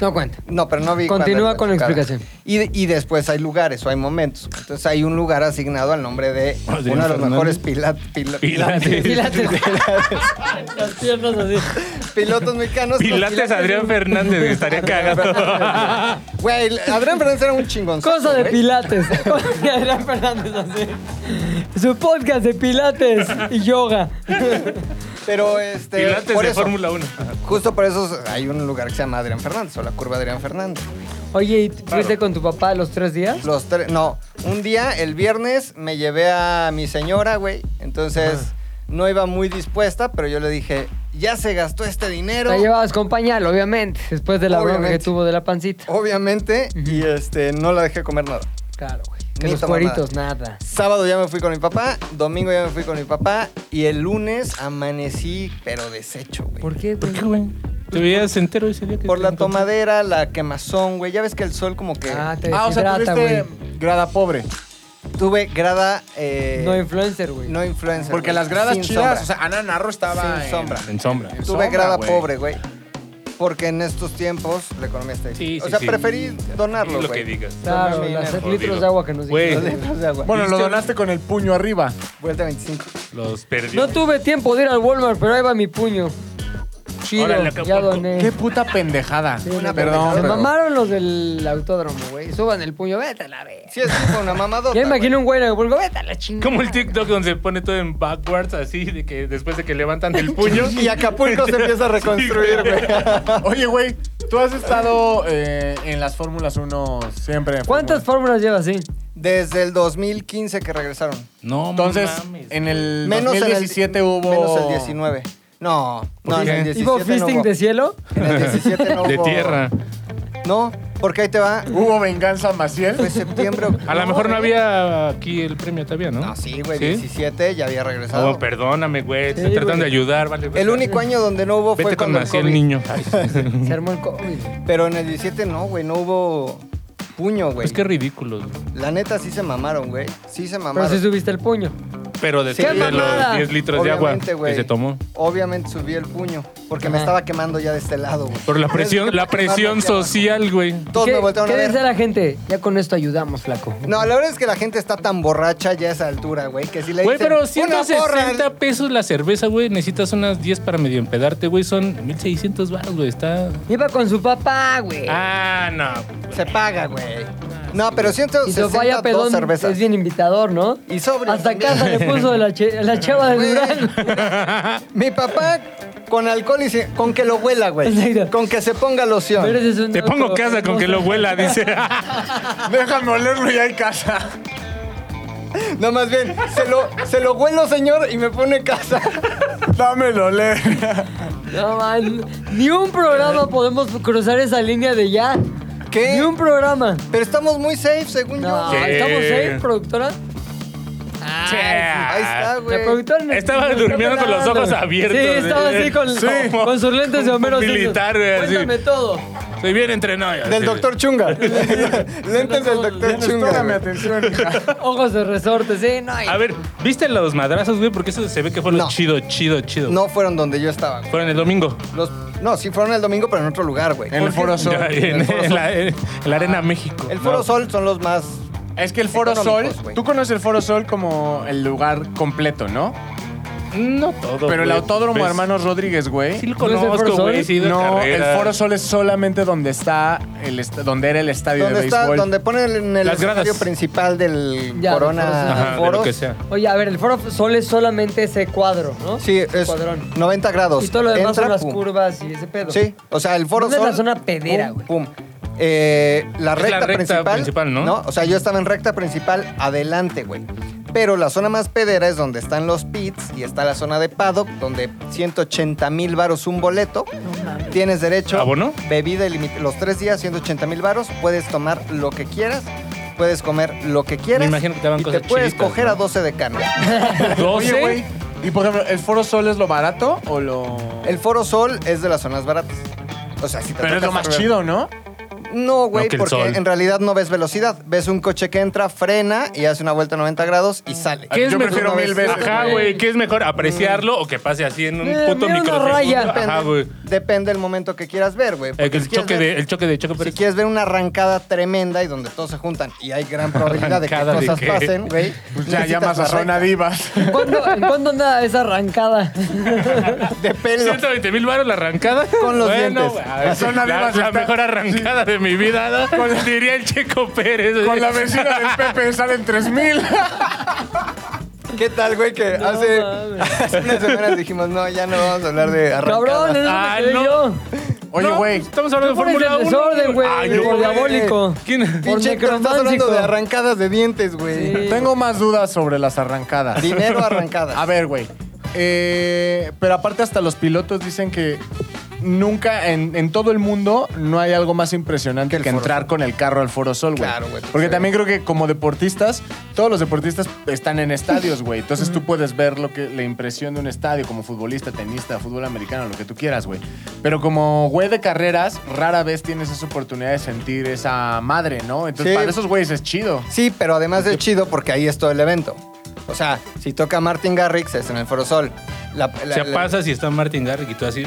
[SPEAKER 3] No cuenta.
[SPEAKER 4] No, pero no vi. cuándo
[SPEAKER 3] Continúa
[SPEAKER 4] era
[SPEAKER 3] con la
[SPEAKER 4] su cara.
[SPEAKER 3] explicación.
[SPEAKER 4] Y, de- y después hay lugares o hay momentos. Entonces hay un lugar asignado al nombre de uno de
[SPEAKER 2] Adrián
[SPEAKER 4] los
[SPEAKER 2] Fernández.
[SPEAKER 4] mejores pila- pila-
[SPEAKER 2] Pilates.
[SPEAKER 3] Pilates. Pues, Las piernas así.
[SPEAKER 4] pilotos mexicanos.
[SPEAKER 2] Pilates Adrián Fernández, que estaría cagado.
[SPEAKER 4] Güey, el- Adrián Fernández era un chingón.
[SPEAKER 3] Cosa de pilates. Cosa de Adrián Fernández así. Su podcast de pilates y yoga.
[SPEAKER 4] Pero este.
[SPEAKER 2] Pilates
[SPEAKER 4] por
[SPEAKER 2] de
[SPEAKER 4] eso,
[SPEAKER 2] Fórmula 1.
[SPEAKER 4] Justo por eso hay un lugar que se llama Adrián Fernández o la curva Adrián Fernández.
[SPEAKER 3] Oye, ¿y fuiste con tu papá los tres días?
[SPEAKER 4] Los tres. No, un día, el viernes, me llevé a mi señora, güey. Entonces no iba muy dispuesta, pero yo le dije, ya se gastó este dinero.
[SPEAKER 3] La llevabas con pañal, obviamente, después de la bronca que
[SPEAKER 4] Obviamente.
[SPEAKER 3] tuvo de la pancita.
[SPEAKER 4] Obviamente, y este, no la dejé comer nada.
[SPEAKER 3] Claro, güey. Que
[SPEAKER 4] Ni
[SPEAKER 3] los
[SPEAKER 4] toma
[SPEAKER 3] cueritos, nada.
[SPEAKER 4] Sábado ya me fui con mi papá, domingo ya me fui con mi papá, y el lunes amanecí, pero deshecho, güey.
[SPEAKER 3] ¿Por
[SPEAKER 4] Por,
[SPEAKER 3] qué, güey?
[SPEAKER 2] Te veías entero ese día que
[SPEAKER 4] la tomadera, la quemazón, güey. Ya ves que el sol como que...
[SPEAKER 3] Ah, te
[SPEAKER 5] Ah, o sea,
[SPEAKER 3] deshidrata,
[SPEAKER 5] tuviste
[SPEAKER 3] güey.
[SPEAKER 5] grada pobre.
[SPEAKER 4] Tuve grada... eh,
[SPEAKER 3] No influencer, güey.
[SPEAKER 4] no influencer.
[SPEAKER 5] Porque
[SPEAKER 4] güey,
[SPEAKER 5] las gradas
[SPEAKER 4] sin
[SPEAKER 5] chidas,
[SPEAKER 4] sombra.
[SPEAKER 5] o sea, Ana Narro estaba
[SPEAKER 4] Sin
[SPEAKER 5] en-
[SPEAKER 4] sombra.
[SPEAKER 2] En sombra.
[SPEAKER 5] en
[SPEAKER 4] Tuve
[SPEAKER 5] sombra,
[SPEAKER 4] grada
[SPEAKER 5] güey.
[SPEAKER 4] pobre, güey. Porque en estos tiempos la economía está difícil.
[SPEAKER 2] Sí,
[SPEAKER 4] o
[SPEAKER 2] sí,
[SPEAKER 4] sea,
[SPEAKER 2] sí.
[SPEAKER 4] preferí donarlo,
[SPEAKER 2] Sí, lo
[SPEAKER 4] güey.
[SPEAKER 2] que digas.
[SPEAKER 3] Claro,
[SPEAKER 4] Toma,
[SPEAKER 3] las
[SPEAKER 4] mira,
[SPEAKER 3] 3
[SPEAKER 2] jodido.
[SPEAKER 3] litros de agua que nos
[SPEAKER 2] Güey.
[SPEAKER 4] Los
[SPEAKER 3] dijeron.
[SPEAKER 4] litros de agua.
[SPEAKER 5] Bueno, lo donaste con el puño arriba.
[SPEAKER 4] Vuelta 25.
[SPEAKER 2] Los perdí.
[SPEAKER 3] No tuve tiempo de ir al Walmart, pero ahí va mi puño. Chido,
[SPEAKER 2] Órale,
[SPEAKER 3] ya
[SPEAKER 2] Acapulco.
[SPEAKER 3] doné.
[SPEAKER 5] Qué puta pendejada.
[SPEAKER 3] Sí, una
[SPEAKER 5] Perdón.
[SPEAKER 4] pendejada.
[SPEAKER 3] Se
[SPEAKER 5] pero-
[SPEAKER 3] mamaron los del autódromo, güey. Suban el puño, vete a la vez.
[SPEAKER 4] Sí, es tipo una mamadota,
[SPEAKER 3] Ya
[SPEAKER 4] güey.
[SPEAKER 3] imagino un güey en Acapulco, vete a la chingada.
[SPEAKER 2] Como el TikTok donde se pone todo en backwards, así, de que después de que levantan el puño.
[SPEAKER 4] Y Acapulco se empieza a reconstruir, güey.
[SPEAKER 5] Oye, güey, tú has estado eh, en las Fórmulas 1 siempre. en
[SPEAKER 3] ¿Cuántas
[SPEAKER 5] Fórmula?
[SPEAKER 3] fórmulas lleva así?
[SPEAKER 4] Desde el 2015 que regresaron.
[SPEAKER 2] No,
[SPEAKER 5] Entonces,
[SPEAKER 2] mames.
[SPEAKER 5] en el
[SPEAKER 4] Menos en el
[SPEAKER 5] 2017 hubo...
[SPEAKER 4] Menos el 19. No, no, en
[SPEAKER 2] qué?
[SPEAKER 4] el
[SPEAKER 3] ¿Tipo
[SPEAKER 4] 17 no
[SPEAKER 3] fisting
[SPEAKER 4] hubo.
[SPEAKER 3] de cielo?
[SPEAKER 4] En el 17 no
[SPEAKER 2] de
[SPEAKER 4] hubo-
[SPEAKER 2] tierra.
[SPEAKER 4] No, porque ahí te va.
[SPEAKER 5] ¿Hubo venganza Maciel?
[SPEAKER 4] Fue septiembre.
[SPEAKER 2] A lo mejor no
[SPEAKER 4] güey.
[SPEAKER 2] había aquí el premio todavía, ¿no?
[SPEAKER 4] No, sí, güey, 17 ya había regresado.
[SPEAKER 2] Oh, perdóname, güey.
[SPEAKER 3] Sí,
[SPEAKER 2] Te tratan
[SPEAKER 3] güey.
[SPEAKER 2] de ayudar, vale.
[SPEAKER 4] El único año donde no hubo fue
[SPEAKER 2] Vete con
[SPEAKER 4] cuando el
[SPEAKER 2] Maciel,
[SPEAKER 4] COVID.
[SPEAKER 2] niño.
[SPEAKER 3] Se armó el COVID.
[SPEAKER 4] Pero en el 17 no, güey, no hubo puño, güey.
[SPEAKER 2] Es que ridículo. güey.
[SPEAKER 4] La neta sí se mamaron, güey. Sí se
[SPEAKER 3] Pero
[SPEAKER 4] mamaron.
[SPEAKER 3] si subiste el puño.
[SPEAKER 2] Pero después
[SPEAKER 4] ¡Qué
[SPEAKER 2] de los
[SPEAKER 3] mamada!
[SPEAKER 2] 10 litros de agua
[SPEAKER 4] Obviamente, güey.
[SPEAKER 2] que se tomó.
[SPEAKER 4] Obviamente subí el puño, porque me
[SPEAKER 3] Ajá.
[SPEAKER 4] estaba quemando ya de este lado, güey.
[SPEAKER 2] Por la presión, la presión social, güey.
[SPEAKER 4] Todos
[SPEAKER 3] ¿Qué,
[SPEAKER 4] me voltearon a
[SPEAKER 3] qué
[SPEAKER 4] ver.
[SPEAKER 3] dice la gente? Ya con esto ayudamos, flaco.
[SPEAKER 4] No, la verdad es que la gente está tan borracha ya a esa altura, güey, que si le
[SPEAKER 2] Güey,
[SPEAKER 4] dicen,
[SPEAKER 2] pero
[SPEAKER 4] "Una porra",
[SPEAKER 2] 160 pesos la cerveza, güey. Necesitas unas 10 para medio empedarte, güey. Son 1600 baros, güey. Está.
[SPEAKER 3] Iba con su papá, güey.
[SPEAKER 2] Ah, no.
[SPEAKER 4] se paga, güey. No, pero
[SPEAKER 3] y su papá
[SPEAKER 4] 160
[SPEAKER 3] ya
[SPEAKER 4] dos
[SPEAKER 3] pedón
[SPEAKER 4] cervezas.
[SPEAKER 3] es bien invitador, ¿no?
[SPEAKER 4] Y sobre.
[SPEAKER 3] Hasta casa le puso la, che- la chava de
[SPEAKER 4] Güey.
[SPEAKER 3] Durán.
[SPEAKER 4] Mi papá con alcohol y sin- con que lo huela, güey.
[SPEAKER 3] Exacto.
[SPEAKER 4] Con que se ponga loción.
[SPEAKER 3] Pero ese es un
[SPEAKER 2] Te pongo
[SPEAKER 3] otro
[SPEAKER 2] casa con que lo
[SPEAKER 3] hermoso.
[SPEAKER 2] huela, dice.
[SPEAKER 5] Déjame olerlo ya en casa.
[SPEAKER 4] No, más bien, se lo, se lo huelo, señor, y me pone casa.
[SPEAKER 5] Dámelo oler.
[SPEAKER 3] No, man. Ni un programa podemos cruzar esa línea de ya.
[SPEAKER 4] ¿Qué?
[SPEAKER 3] Ni un programa.
[SPEAKER 4] Pero estamos muy safe, según
[SPEAKER 3] No,
[SPEAKER 4] yo.
[SPEAKER 2] Sí.
[SPEAKER 3] ¿estamos ahí, productora?
[SPEAKER 4] Ahí
[SPEAKER 2] Ah.
[SPEAKER 4] está, güey.
[SPEAKER 3] La productora no-
[SPEAKER 2] Estaba
[SPEAKER 3] no está
[SPEAKER 2] durmiendo con los
[SPEAKER 3] pelando.
[SPEAKER 2] ojos abiertos.
[SPEAKER 3] Sí, estaba así con,
[SPEAKER 2] Sí.
[SPEAKER 3] con sus lentes de Homero
[SPEAKER 2] Un
[SPEAKER 3] Simpson.
[SPEAKER 2] militar, güey, así.
[SPEAKER 3] Cuéntame todo.
[SPEAKER 2] Estoy bien entrenado.
[SPEAKER 4] Del doctor Chunga. Lentes del doctor Chunga.
[SPEAKER 5] Tómame
[SPEAKER 4] güey.
[SPEAKER 5] atención, hija.
[SPEAKER 3] Ojos de resorte, sí, no. y-
[SPEAKER 2] A ver, ¿viste los madrazos, güey? Porque eso se ve que fue lo
[SPEAKER 4] No.
[SPEAKER 2] chido, chido, chido.
[SPEAKER 4] No fueron donde yo estaba. güey.
[SPEAKER 2] Fueron el domingo.
[SPEAKER 4] Los, no, sí fueron el domingo, pero en otro lugar, güey.
[SPEAKER 5] En el Foro Sol.
[SPEAKER 2] Ya, en,
[SPEAKER 4] Foro
[SPEAKER 2] en
[SPEAKER 4] Sol.
[SPEAKER 2] la, en la Arena México.
[SPEAKER 4] El Foro
[SPEAKER 2] No.
[SPEAKER 4] Sol son los más.
[SPEAKER 5] Es que el Foro Sol,
[SPEAKER 4] Económicos, güey.
[SPEAKER 5] tú conoces el Foro Sol como el lugar completo, ¿no?
[SPEAKER 2] No todo.
[SPEAKER 5] Pero el
[SPEAKER 2] güey.
[SPEAKER 5] Autódromo
[SPEAKER 2] ¿Ves?
[SPEAKER 5] Hermanos Rodríguez, güey.
[SPEAKER 2] Sí lo
[SPEAKER 3] ¿No es el Foro
[SPEAKER 2] conozco,
[SPEAKER 3] Sol?
[SPEAKER 2] güey. sí he ido a
[SPEAKER 5] No, el
[SPEAKER 2] carreras.
[SPEAKER 5] Foro Sol es solamente donde está el est- donde era el estadio
[SPEAKER 4] Donde,
[SPEAKER 5] de
[SPEAKER 4] está,
[SPEAKER 5] béisbol.
[SPEAKER 4] donde ponen en el
[SPEAKER 2] Las gradas.
[SPEAKER 4] escenario principal del
[SPEAKER 3] Ya, del Foro Sol.
[SPEAKER 4] Corona
[SPEAKER 2] Ajá, de lo
[SPEAKER 4] Foros.
[SPEAKER 2] que sea.
[SPEAKER 3] Oye, a ver, el Foro Sol es solamente ese cuadro, ¿no?
[SPEAKER 4] Sí, es
[SPEAKER 3] Cuadrón.
[SPEAKER 4] 90 grados.
[SPEAKER 3] Y todo lo demás
[SPEAKER 4] Entra,
[SPEAKER 3] son las
[SPEAKER 4] pum.
[SPEAKER 3] curvas y ese pedo.
[SPEAKER 4] Sí, o sea, el Foro
[SPEAKER 3] ¿Dónde es
[SPEAKER 4] Sol.
[SPEAKER 3] la zona pedera,
[SPEAKER 4] pum,
[SPEAKER 3] güey?
[SPEAKER 4] pum. Eh, la
[SPEAKER 2] Es la
[SPEAKER 4] recta,
[SPEAKER 2] recta
[SPEAKER 4] principal,
[SPEAKER 2] principal, ¿no?
[SPEAKER 4] O sea, yo estaba en recta principal adelante, güey. Pero la zona más pedera es donde están los pits y está la zona de paddock, donde 180 mil varos un boleto. Tienes derecho
[SPEAKER 2] ¿Abono?
[SPEAKER 4] bebida ilimitada. Los tres días, 180 mil varos. Puedes tomar lo que quieras. Puedes comer lo que quieras.
[SPEAKER 2] Me imagino que te daban
[SPEAKER 4] y
[SPEAKER 2] cosas
[SPEAKER 4] te puedes
[SPEAKER 2] chilitas,
[SPEAKER 4] coger
[SPEAKER 2] ¿no?
[SPEAKER 4] a 12 de carne.
[SPEAKER 5] Oye, güey.
[SPEAKER 2] 12.
[SPEAKER 5] Y por ejemplo, ¿el Foro Sol es lo barato o lo...?
[SPEAKER 4] El Foro Sol es de las zonas baratas. O sea, si te
[SPEAKER 5] Pero es
[SPEAKER 4] toca
[SPEAKER 5] lo más
[SPEAKER 4] saber-
[SPEAKER 5] chido, ¿no?
[SPEAKER 4] No, güey,
[SPEAKER 2] No, que el
[SPEAKER 4] porque
[SPEAKER 2] sol.
[SPEAKER 4] en realidad no ves velocidad. Ves un coche que entra, frena y hace una vuelta a 90 grados y sale.
[SPEAKER 2] ¿Qué es
[SPEAKER 5] Yo
[SPEAKER 2] mejor?
[SPEAKER 5] prefiero mil veces,
[SPEAKER 2] Ajá,
[SPEAKER 5] güey.
[SPEAKER 2] güey. ¿Qué es mejor? ¿Apreciarlo o que pase así en un
[SPEAKER 3] Eh, mira
[SPEAKER 2] puto
[SPEAKER 3] una
[SPEAKER 2] microsegundo?
[SPEAKER 3] raya.
[SPEAKER 2] Ajá, güey. Eh,
[SPEAKER 4] Depende, depende el momento que quieras ver, güey.
[SPEAKER 2] El,
[SPEAKER 4] porque si quieres
[SPEAKER 2] choque
[SPEAKER 4] ver-
[SPEAKER 2] de, el choque de choque, pero
[SPEAKER 4] Si quieres ver una arrancada tremenda y donde todos se juntan y hay gran probabilidad de que
[SPEAKER 2] ¿Arrancada de
[SPEAKER 4] cosas
[SPEAKER 2] qué?
[SPEAKER 4] pasen, güey.
[SPEAKER 5] Pues ya
[SPEAKER 4] necesitas
[SPEAKER 5] llamas a
[SPEAKER 4] la
[SPEAKER 5] Zona
[SPEAKER 4] recta
[SPEAKER 5] Divas.
[SPEAKER 3] ¿En cuándo, en cuándo anda esa arrancada?
[SPEAKER 4] de pelo.
[SPEAKER 2] 120 mil baros la arrancada.
[SPEAKER 4] Con los
[SPEAKER 2] bueno,
[SPEAKER 4] dientes.
[SPEAKER 2] a ver,
[SPEAKER 5] Son
[SPEAKER 2] la,
[SPEAKER 5] amigos,
[SPEAKER 2] la
[SPEAKER 5] está-
[SPEAKER 2] mejor arrancada de mi vida, ¿no? diría el Checo Pérez.
[SPEAKER 5] Con la vecina del Pepe salen 3000.
[SPEAKER 4] ¿Qué tal, güey? Que
[SPEAKER 3] No
[SPEAKER 4] hace,
[SPEAKER 3] mames.
[SPEAKER 4] hace unas semanas dijimos, no, ya no vamos a hablar de
[SPEAKER 3] Cabrón, ¿eh?
[SPEAKER 4] arrancadas.
[SPEAKER 3] es
[SPEAKER 2] Ah,
[SPEAKER 3] donde quedé
[SPEAKER 2] no.
[SPEAKER 3] yo.
[SPEAKER 5] Oye,
[SPEAKER 2] No, pues,
[SPEAKER 5] güey.
[SPEAKER 2] Estamos hablando de
[SPEAKER 3] Por el
[SPEAKER 2] Fórmula 1.
[SPEAKER 3] desorden, güey.
[SPEAKER 2] Ay,
[SPEAKER 4] yo,
[SPEAKER 3] por
[SPEAKER 4] güey.
[SPEAKER 3] diabólico.
[SPEAKER 2] ¿Quién?
[SPEAKER 3] Por
[SPEAKER 4] Pinche, pero estás hablando
[SPEAKER 3] necromántico.
[SPEAKER 4] de arrancadas de dientes, güey.
[SPEAKER 3] Sí.
[SPEAKER 5] Tengo más dudas sobre las arrancadas.
[SPEAKER 4] Dinero arrancadas.
[SPEAKER 5] A ver, güey. Eh, pero aparte hasta los pilotos dicen que nunca, en, en todo el mundo, no hay algo más impresionante
[SPEAKER 4] Que
[SPEAKER 5] que,
[SPEAKER 4] el Foro
[SPEAKER 5] entrar
[SPEAKER 4] Sol.
[SPEAKER 5] con el carro al Foro Sol, güey.
[SPEAKER 4] Claro, güey, pues,
[SPEAKER 5] Porque
[SPEAKER 4] sí.
[SPEAKER 5] también creo que como deportistas, todos los deportistas están en estadios, güey. Entonces tú puedes ver lo que, la impresión de un estadio como futbolista, tenista, fútbol americano, lo que tú quieras, güey. Pero como güey de carreras, rara vez tienes esa oportunidad de sentir esa madre, ¿no? Entonces
[SPEAKER 4] Sí.
[SPEAKER 5] para esos güeyes es chido.
[SPEAKER 4] Sí, pero además es chido porque ahí es todo el evento. O sea, si toca Martin Garrix es en el Foro Sol. La- la-
[SPEAKER 2] Se
[SPEAKER 4] la-
[SPEAKER 2] pasa si está Martin Garrix y tú así.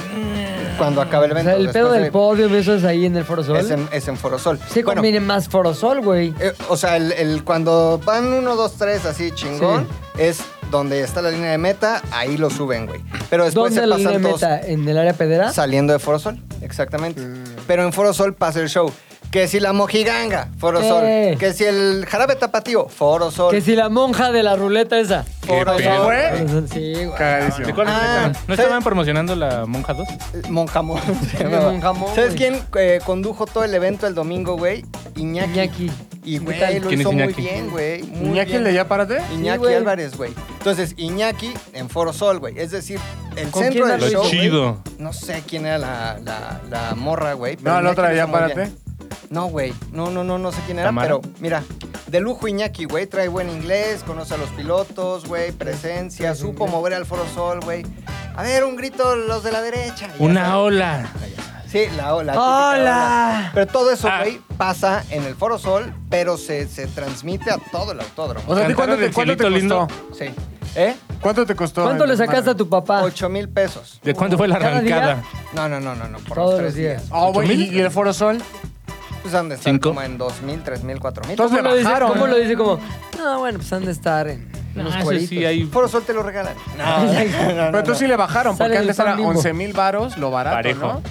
[SPEAKER 4] cuando acaba el
[SPEAKER 3] O
[SPEAKER 4] evento.
[SPEAKER 3] sea, el
[SPEAKER 4] después
[SPEAKER 3] pedo
[SPEAKER 4] de-
[SPEAKER 3] del podio, eso es ahí en el Foro Sol.
[SPEAKER 4] es en, es en Foro Sol.
[SPEAKER 3] Sí
[SPEAKER 4] Bueno,
[SPEAKER 3] conviene más Foro Sol, güey.
[SPEAKER 4] eh, o sea, el, el- cuando van uno, dos, tres, así chingón, es donde está la línea de meta, ahí lo suben, güey. Pero después
[SPEAKER 3] ¿Dónde
[SPEAKER 4] se
[SPEAKER 3] la línea de
[SPEAKER 4] pasan todos
[SPEAKER 3] meta? ¿En el área pedera?
[SPEAKER 4] saliendo de Foro Sol, exactamente. Pero en Foro Sol pasa el show. Que si la mojiganga, Foro
[SPEAKER 3] Eh.
[SPEAKER 4] Sol. Que si el jarabe tapatío, Foro Sol.
[SPEAKER 3] Que si la monja de la ruleta esa.
[SPEAKER 4] Foro
[SPEAKER 2] Qué pedo,
[SPEAKER 4] Sol.
[SPEAKER 5] güey.
[SPEAKER 4] eh,
[SPEAKER 3] Sí, güey.
[SPEAKER 5] Cagadísimo.
[SPEAKER 2] ¿De cuál es
[SPEAKER 4] Ah,
[SPEAKER 2] la cama? ¿No
[SPEAKER 4] sí.
[SPEAKER 2] estaban promocionando la Monja 2?
[SPEAKER 4] Monjamón. se
[SPEAKER 3] Sí,
[SPEAKER 4] llamaba.
[SPEAKER 3] Monjamón,
[SPEAKER 4] ¿Sabes
[SPEAKER 3] güey.
[SPEAKER 4] quién eh, condujo todo el evento el domingo, güey? Iñaki.
[SPEAKER 3] Iñaki.
[SPEAKER 4] Y, güey,
[SPEAKER 3] tal?
[SPEAKER 4] lo
[SPEAKER 2] ¿Quién es
[SPEAKER 4] hizo muy
[SPEAKER 2] Iñaki?
[SPEAKER 4] bien, güey. muy
[SPEAKER 5] Iñaki
[SPEAKER 4] bien.
[SPEAKER 5] le ya párate.
[SPEAKER 4] Iñaki
[SPEAKER 3] güey.
[SPEAKER 4] Álvarez, güey. Entonces, Iñaki en Foro Sol, güey. Es decir, el
[SPEAKER 3] ¿Con
[SPEAKER 4] centro
[SPEAKER 3] quién
[SPEAKER 4] del
[SPEAKER 3] lo
[SPEAKER 4] show.
[SPEAKER 2] Lo
[SPEAKER 4] güey,
[SPEAKER 2] chido.
[SPEAKER 4] No sé quién era la, la- la morra, güey. pero
[SPEAKER 5] No, la
[SPEAKER 4] Iñaki
[SPEAKER 5] otra
[SPEAKER 4] lo
[SPEAKER 5] ya
[SPEAKER 4] hizo muy
[SPEAKER 5] párate.
[SPEAKER 4] bien. No, güey. No, no, no, no sé quién era,
[SPEAKER 2] ¿Tamara?
[SPEAKER 4] pero mira, de lujo Iñaki, güey. Trae buen inglés, conoce a los pilotos, güey. Presencia, supo mover al Foro Sol, güey. A ver, un grito los de la derecha. y ya
[SPEAKER 2] Una
[SPEAKER 4] sabes.
[SPEAKER 2] ola.
[SPEAKER 4] Sí, la ola.
[SPEAKER 3] ¡Hola!
[SPEAKER 4] Pero todo eso,
[SPEAKER 2] Ah.
[SPEAKER 4] güey, pasa en el Foro Sol, pero se, se transmite a todo el autódromo.
[SPEAKER 5] O sea, ¿a ti
[SPEAKER 2] Cantaron
[SPEAKER 5] cuánto te,
[SPEAKER 2] del
[SPEAKER 5] cuánto te
[SPEAKER 2] cielito
[SPEAKER 5] costó?
[SPEAKER 2] lindo.
[SPEAKER 4] Sí. ¿Eh?
[SPEAKER 5] ¿Cuánto te costó?
[SPEAKER 3] ¿Cuánto
[SPEAKER 5] el
[SPEAKER 3] le sacaste
[SPEAKER 5] desmadre?
[SPEAKER 3] a tu papá?
[SPEAKER 4] 8 mil pesos.
[SPEAKER 2] ¿De cuánto fue la
[SPEAKER 3] ¿Cada día?
[SPEAKER 2] arrancada?
[SPEAKER 4] No, no, no, no, no. Por
[SPEAKER 3] Todos los
[SPEAKER 4] los tres días.
[SPEAKER 3] días.
[SPEAKER 5] Ah, güey, ¿y- ¿y el Foro Sol?
[SPEAKER 4] Pues han de estar
[SPEAKER 2] ¿Cinco?
[SPEAKER 4] como en 2 mil, 3 mil, 4 mil.
[SPEAKER 5] Entonces,
[SPEAKER 4] El
[SPEAKER 3] ¿Cómo lo, dice,
[SPEAKER 5] bajaron,
[SPEAKER 3] cómo
[SPEAKER 5] ¿eh?
[SPEAKER 3] lo dice como? No, bueno, pues han de estar en unos
[SPEAKER 2] Ah, sí,
[SPEAKER 3] cueritos.
[SPEAKER 2] sí, hay
[SPEAKER 4] Foro Sol te lo regalan.
[SPEAKER 5] Pero tú sí le bajaron, porque
[SPEAKER 3] Sale del
[SPEAKER 5] antes
[SPEAKER 3] pan
[SPEAKER 5] era
[SPEAKER 3] Bimbo.
[SPEAKER 5] 11 mil varos, lo barato,
[SPEAKER 2] Parejo.
[SPEAKER 5] ¿no?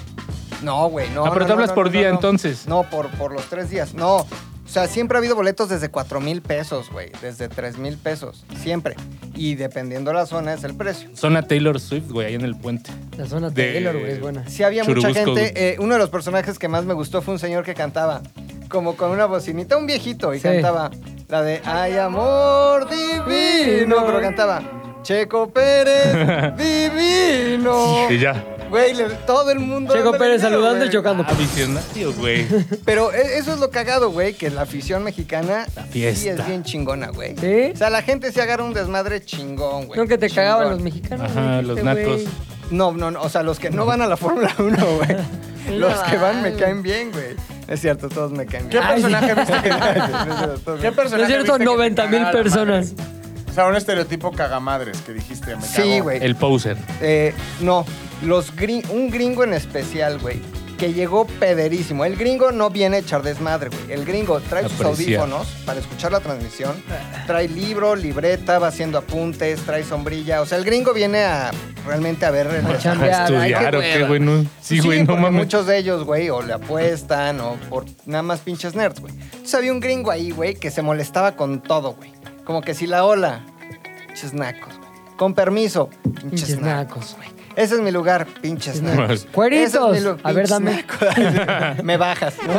[SPEAKER 4] No, güey, no.
[SPEAKER 2] Ah, pero
[SPEAKER 4] no,
[SPEAKER 2] tú
[SPEAKER 4] no,
[SPEAKER 2] hablas
[SPEAKER 4] no,
[SPEAKER 2] por
[SPEAKER 4] no,
[SPEAKER 2] día,
[SPEAKER 4] no.
[SPEAKER 2] entonces.
[SPEAKER 4] No, por, por los tres días. No. O sea, siempre ha habido boletos desde 4 mil pesos, güey. Desde 3 mil pesos. Siempre. Y dependiendo la zona es el precio.
[SPEAKER 2] Zona Taylor Swift, güey, ahí en el puente.
[SPEAKER 3] La zona
[SPEAKER 2] De-
[SPEAKER 3] Taylor, güey, es buena.
[SPEAKER 4] Sí había mucha
[SPEAKER 2] Churubusco,
[SPEAKER 4] gente. eh, uno de los personajes que más me gustó fue un señor que cantaba como con una bocinita, un viejito, y
[SPEAKER 3] Sí.
[SPEAKER 4] cantaba la de Ay, amor divino. Pero cantaba Checo Pérez divino.
[SPEAKER 2] Y ya.
[SPEAKER 4] Güey, le- todo el mundo.
[SPEAKER 3] Checo
[SPEAKER 4] dándole
[SPEAKER 3] Pérez
[SPEAKER 4] dinero,
[SPEAKER 3] saludando y
[SPEAKER 4] güey.
[SPEAKER 3] chocando.
[SPEAKER 2] Ah, visionario, güey.
[SPEAKER 4] Pero e- eso es lo cagado, güey, que la afición mexicana sí
[SPEAKER 2] fiesta.
[SPEAKER 4] es bien chingona, güey.
[SPEAKER 3] ¿Sí?
[SPEAKER 4] O sea, la gente se agarra un desmadre chingón, güey.
[SPEAKER 3] No, que te
[SPEAKER 4] Chingón.
[SPEAKER 3] cagaban los mexicanos.
[SPEAKER 2] Ajá,
[SPEAKER 3] güey,
[SPEAKER 2] los
[SPEAKER 3] dijiste,
[SPEAKER 2] natos.
[SPEAKER 3] güey.
[SPEAKER 4] No, no, no, o sea, los que no van a la Fórmula 1, güey. Los que van me caen bien, güey. Es cierto, todos me caen
[SPEAKER 5] ¿Qué
[SPEAKER 4] bien.
[SPEAKER 5] personaje viste que ¿Qué
[SPEAKER 4] Pues
[SPEAKER 5] personaje
[SPEAKER 3] No es cierto,
[SPEAKER 5] viste que te
[SPEAKER 3] 90 mil
[SPEAKER 5] cagaba la
[SPEAKER 3] personas.
[SPEAKER 5] madre? O sea, un estereotipo cagamadres que dijiste, me
[SPEAKER 4] Sí,
[SPEAKER 5] cago.
[SPEAKER 4] güey.
[SPEAKER 2] El poser.
[SPEAKER 4] Eh, no, los gri- un gringo en especial, güey, que llegó pederísimo. El gringo no viene a echar desmadre, güey. El gringo trae sus
[SPEAKER 2] Aprecia.
[SPEAKER 4] audífonos para escuchar la transmisión, trae libro, libreta, va haciendo apuntes, trae sombrilla. O sea, el gringo viene a realmente a ver el
[SPEAKER 2] A
[SPEAKER 3] chambear, ay, qué
[SPEAKER 2] estudiar, o qué,
[SPEAKER 4] hueva.
[SPEAKER 2] güey. No. Sí, güey, no
[SPEAKER 4] Pues porque
[SPEAKER 2] mames.
[SPEAKER 4] Muchos de ellos, güey, o le apuestan, o por nada más pinches nerds, güey. Entonces había un gringo ahí, güey, que se molestaba con todo, güey. Como que si la ola, pinches nacos. Con permiso, pinches
[SPEAKER 3] Pinches
[SPEAKER 4] nacos.
[SPEAKER 3] nacos, güey.
[SPEAKER 4] Ese es mi lugar, pinches nacos.
[SPEAKER 3] Cueritos.
[SPEAKER 4] Ese es mi lu-
[SPEAKER 3] A ver,
[SPEAKER 4] pinches
[SPEAKER 3] dame.
[SPEAKER 4] nacos. Me bajas, ¿no?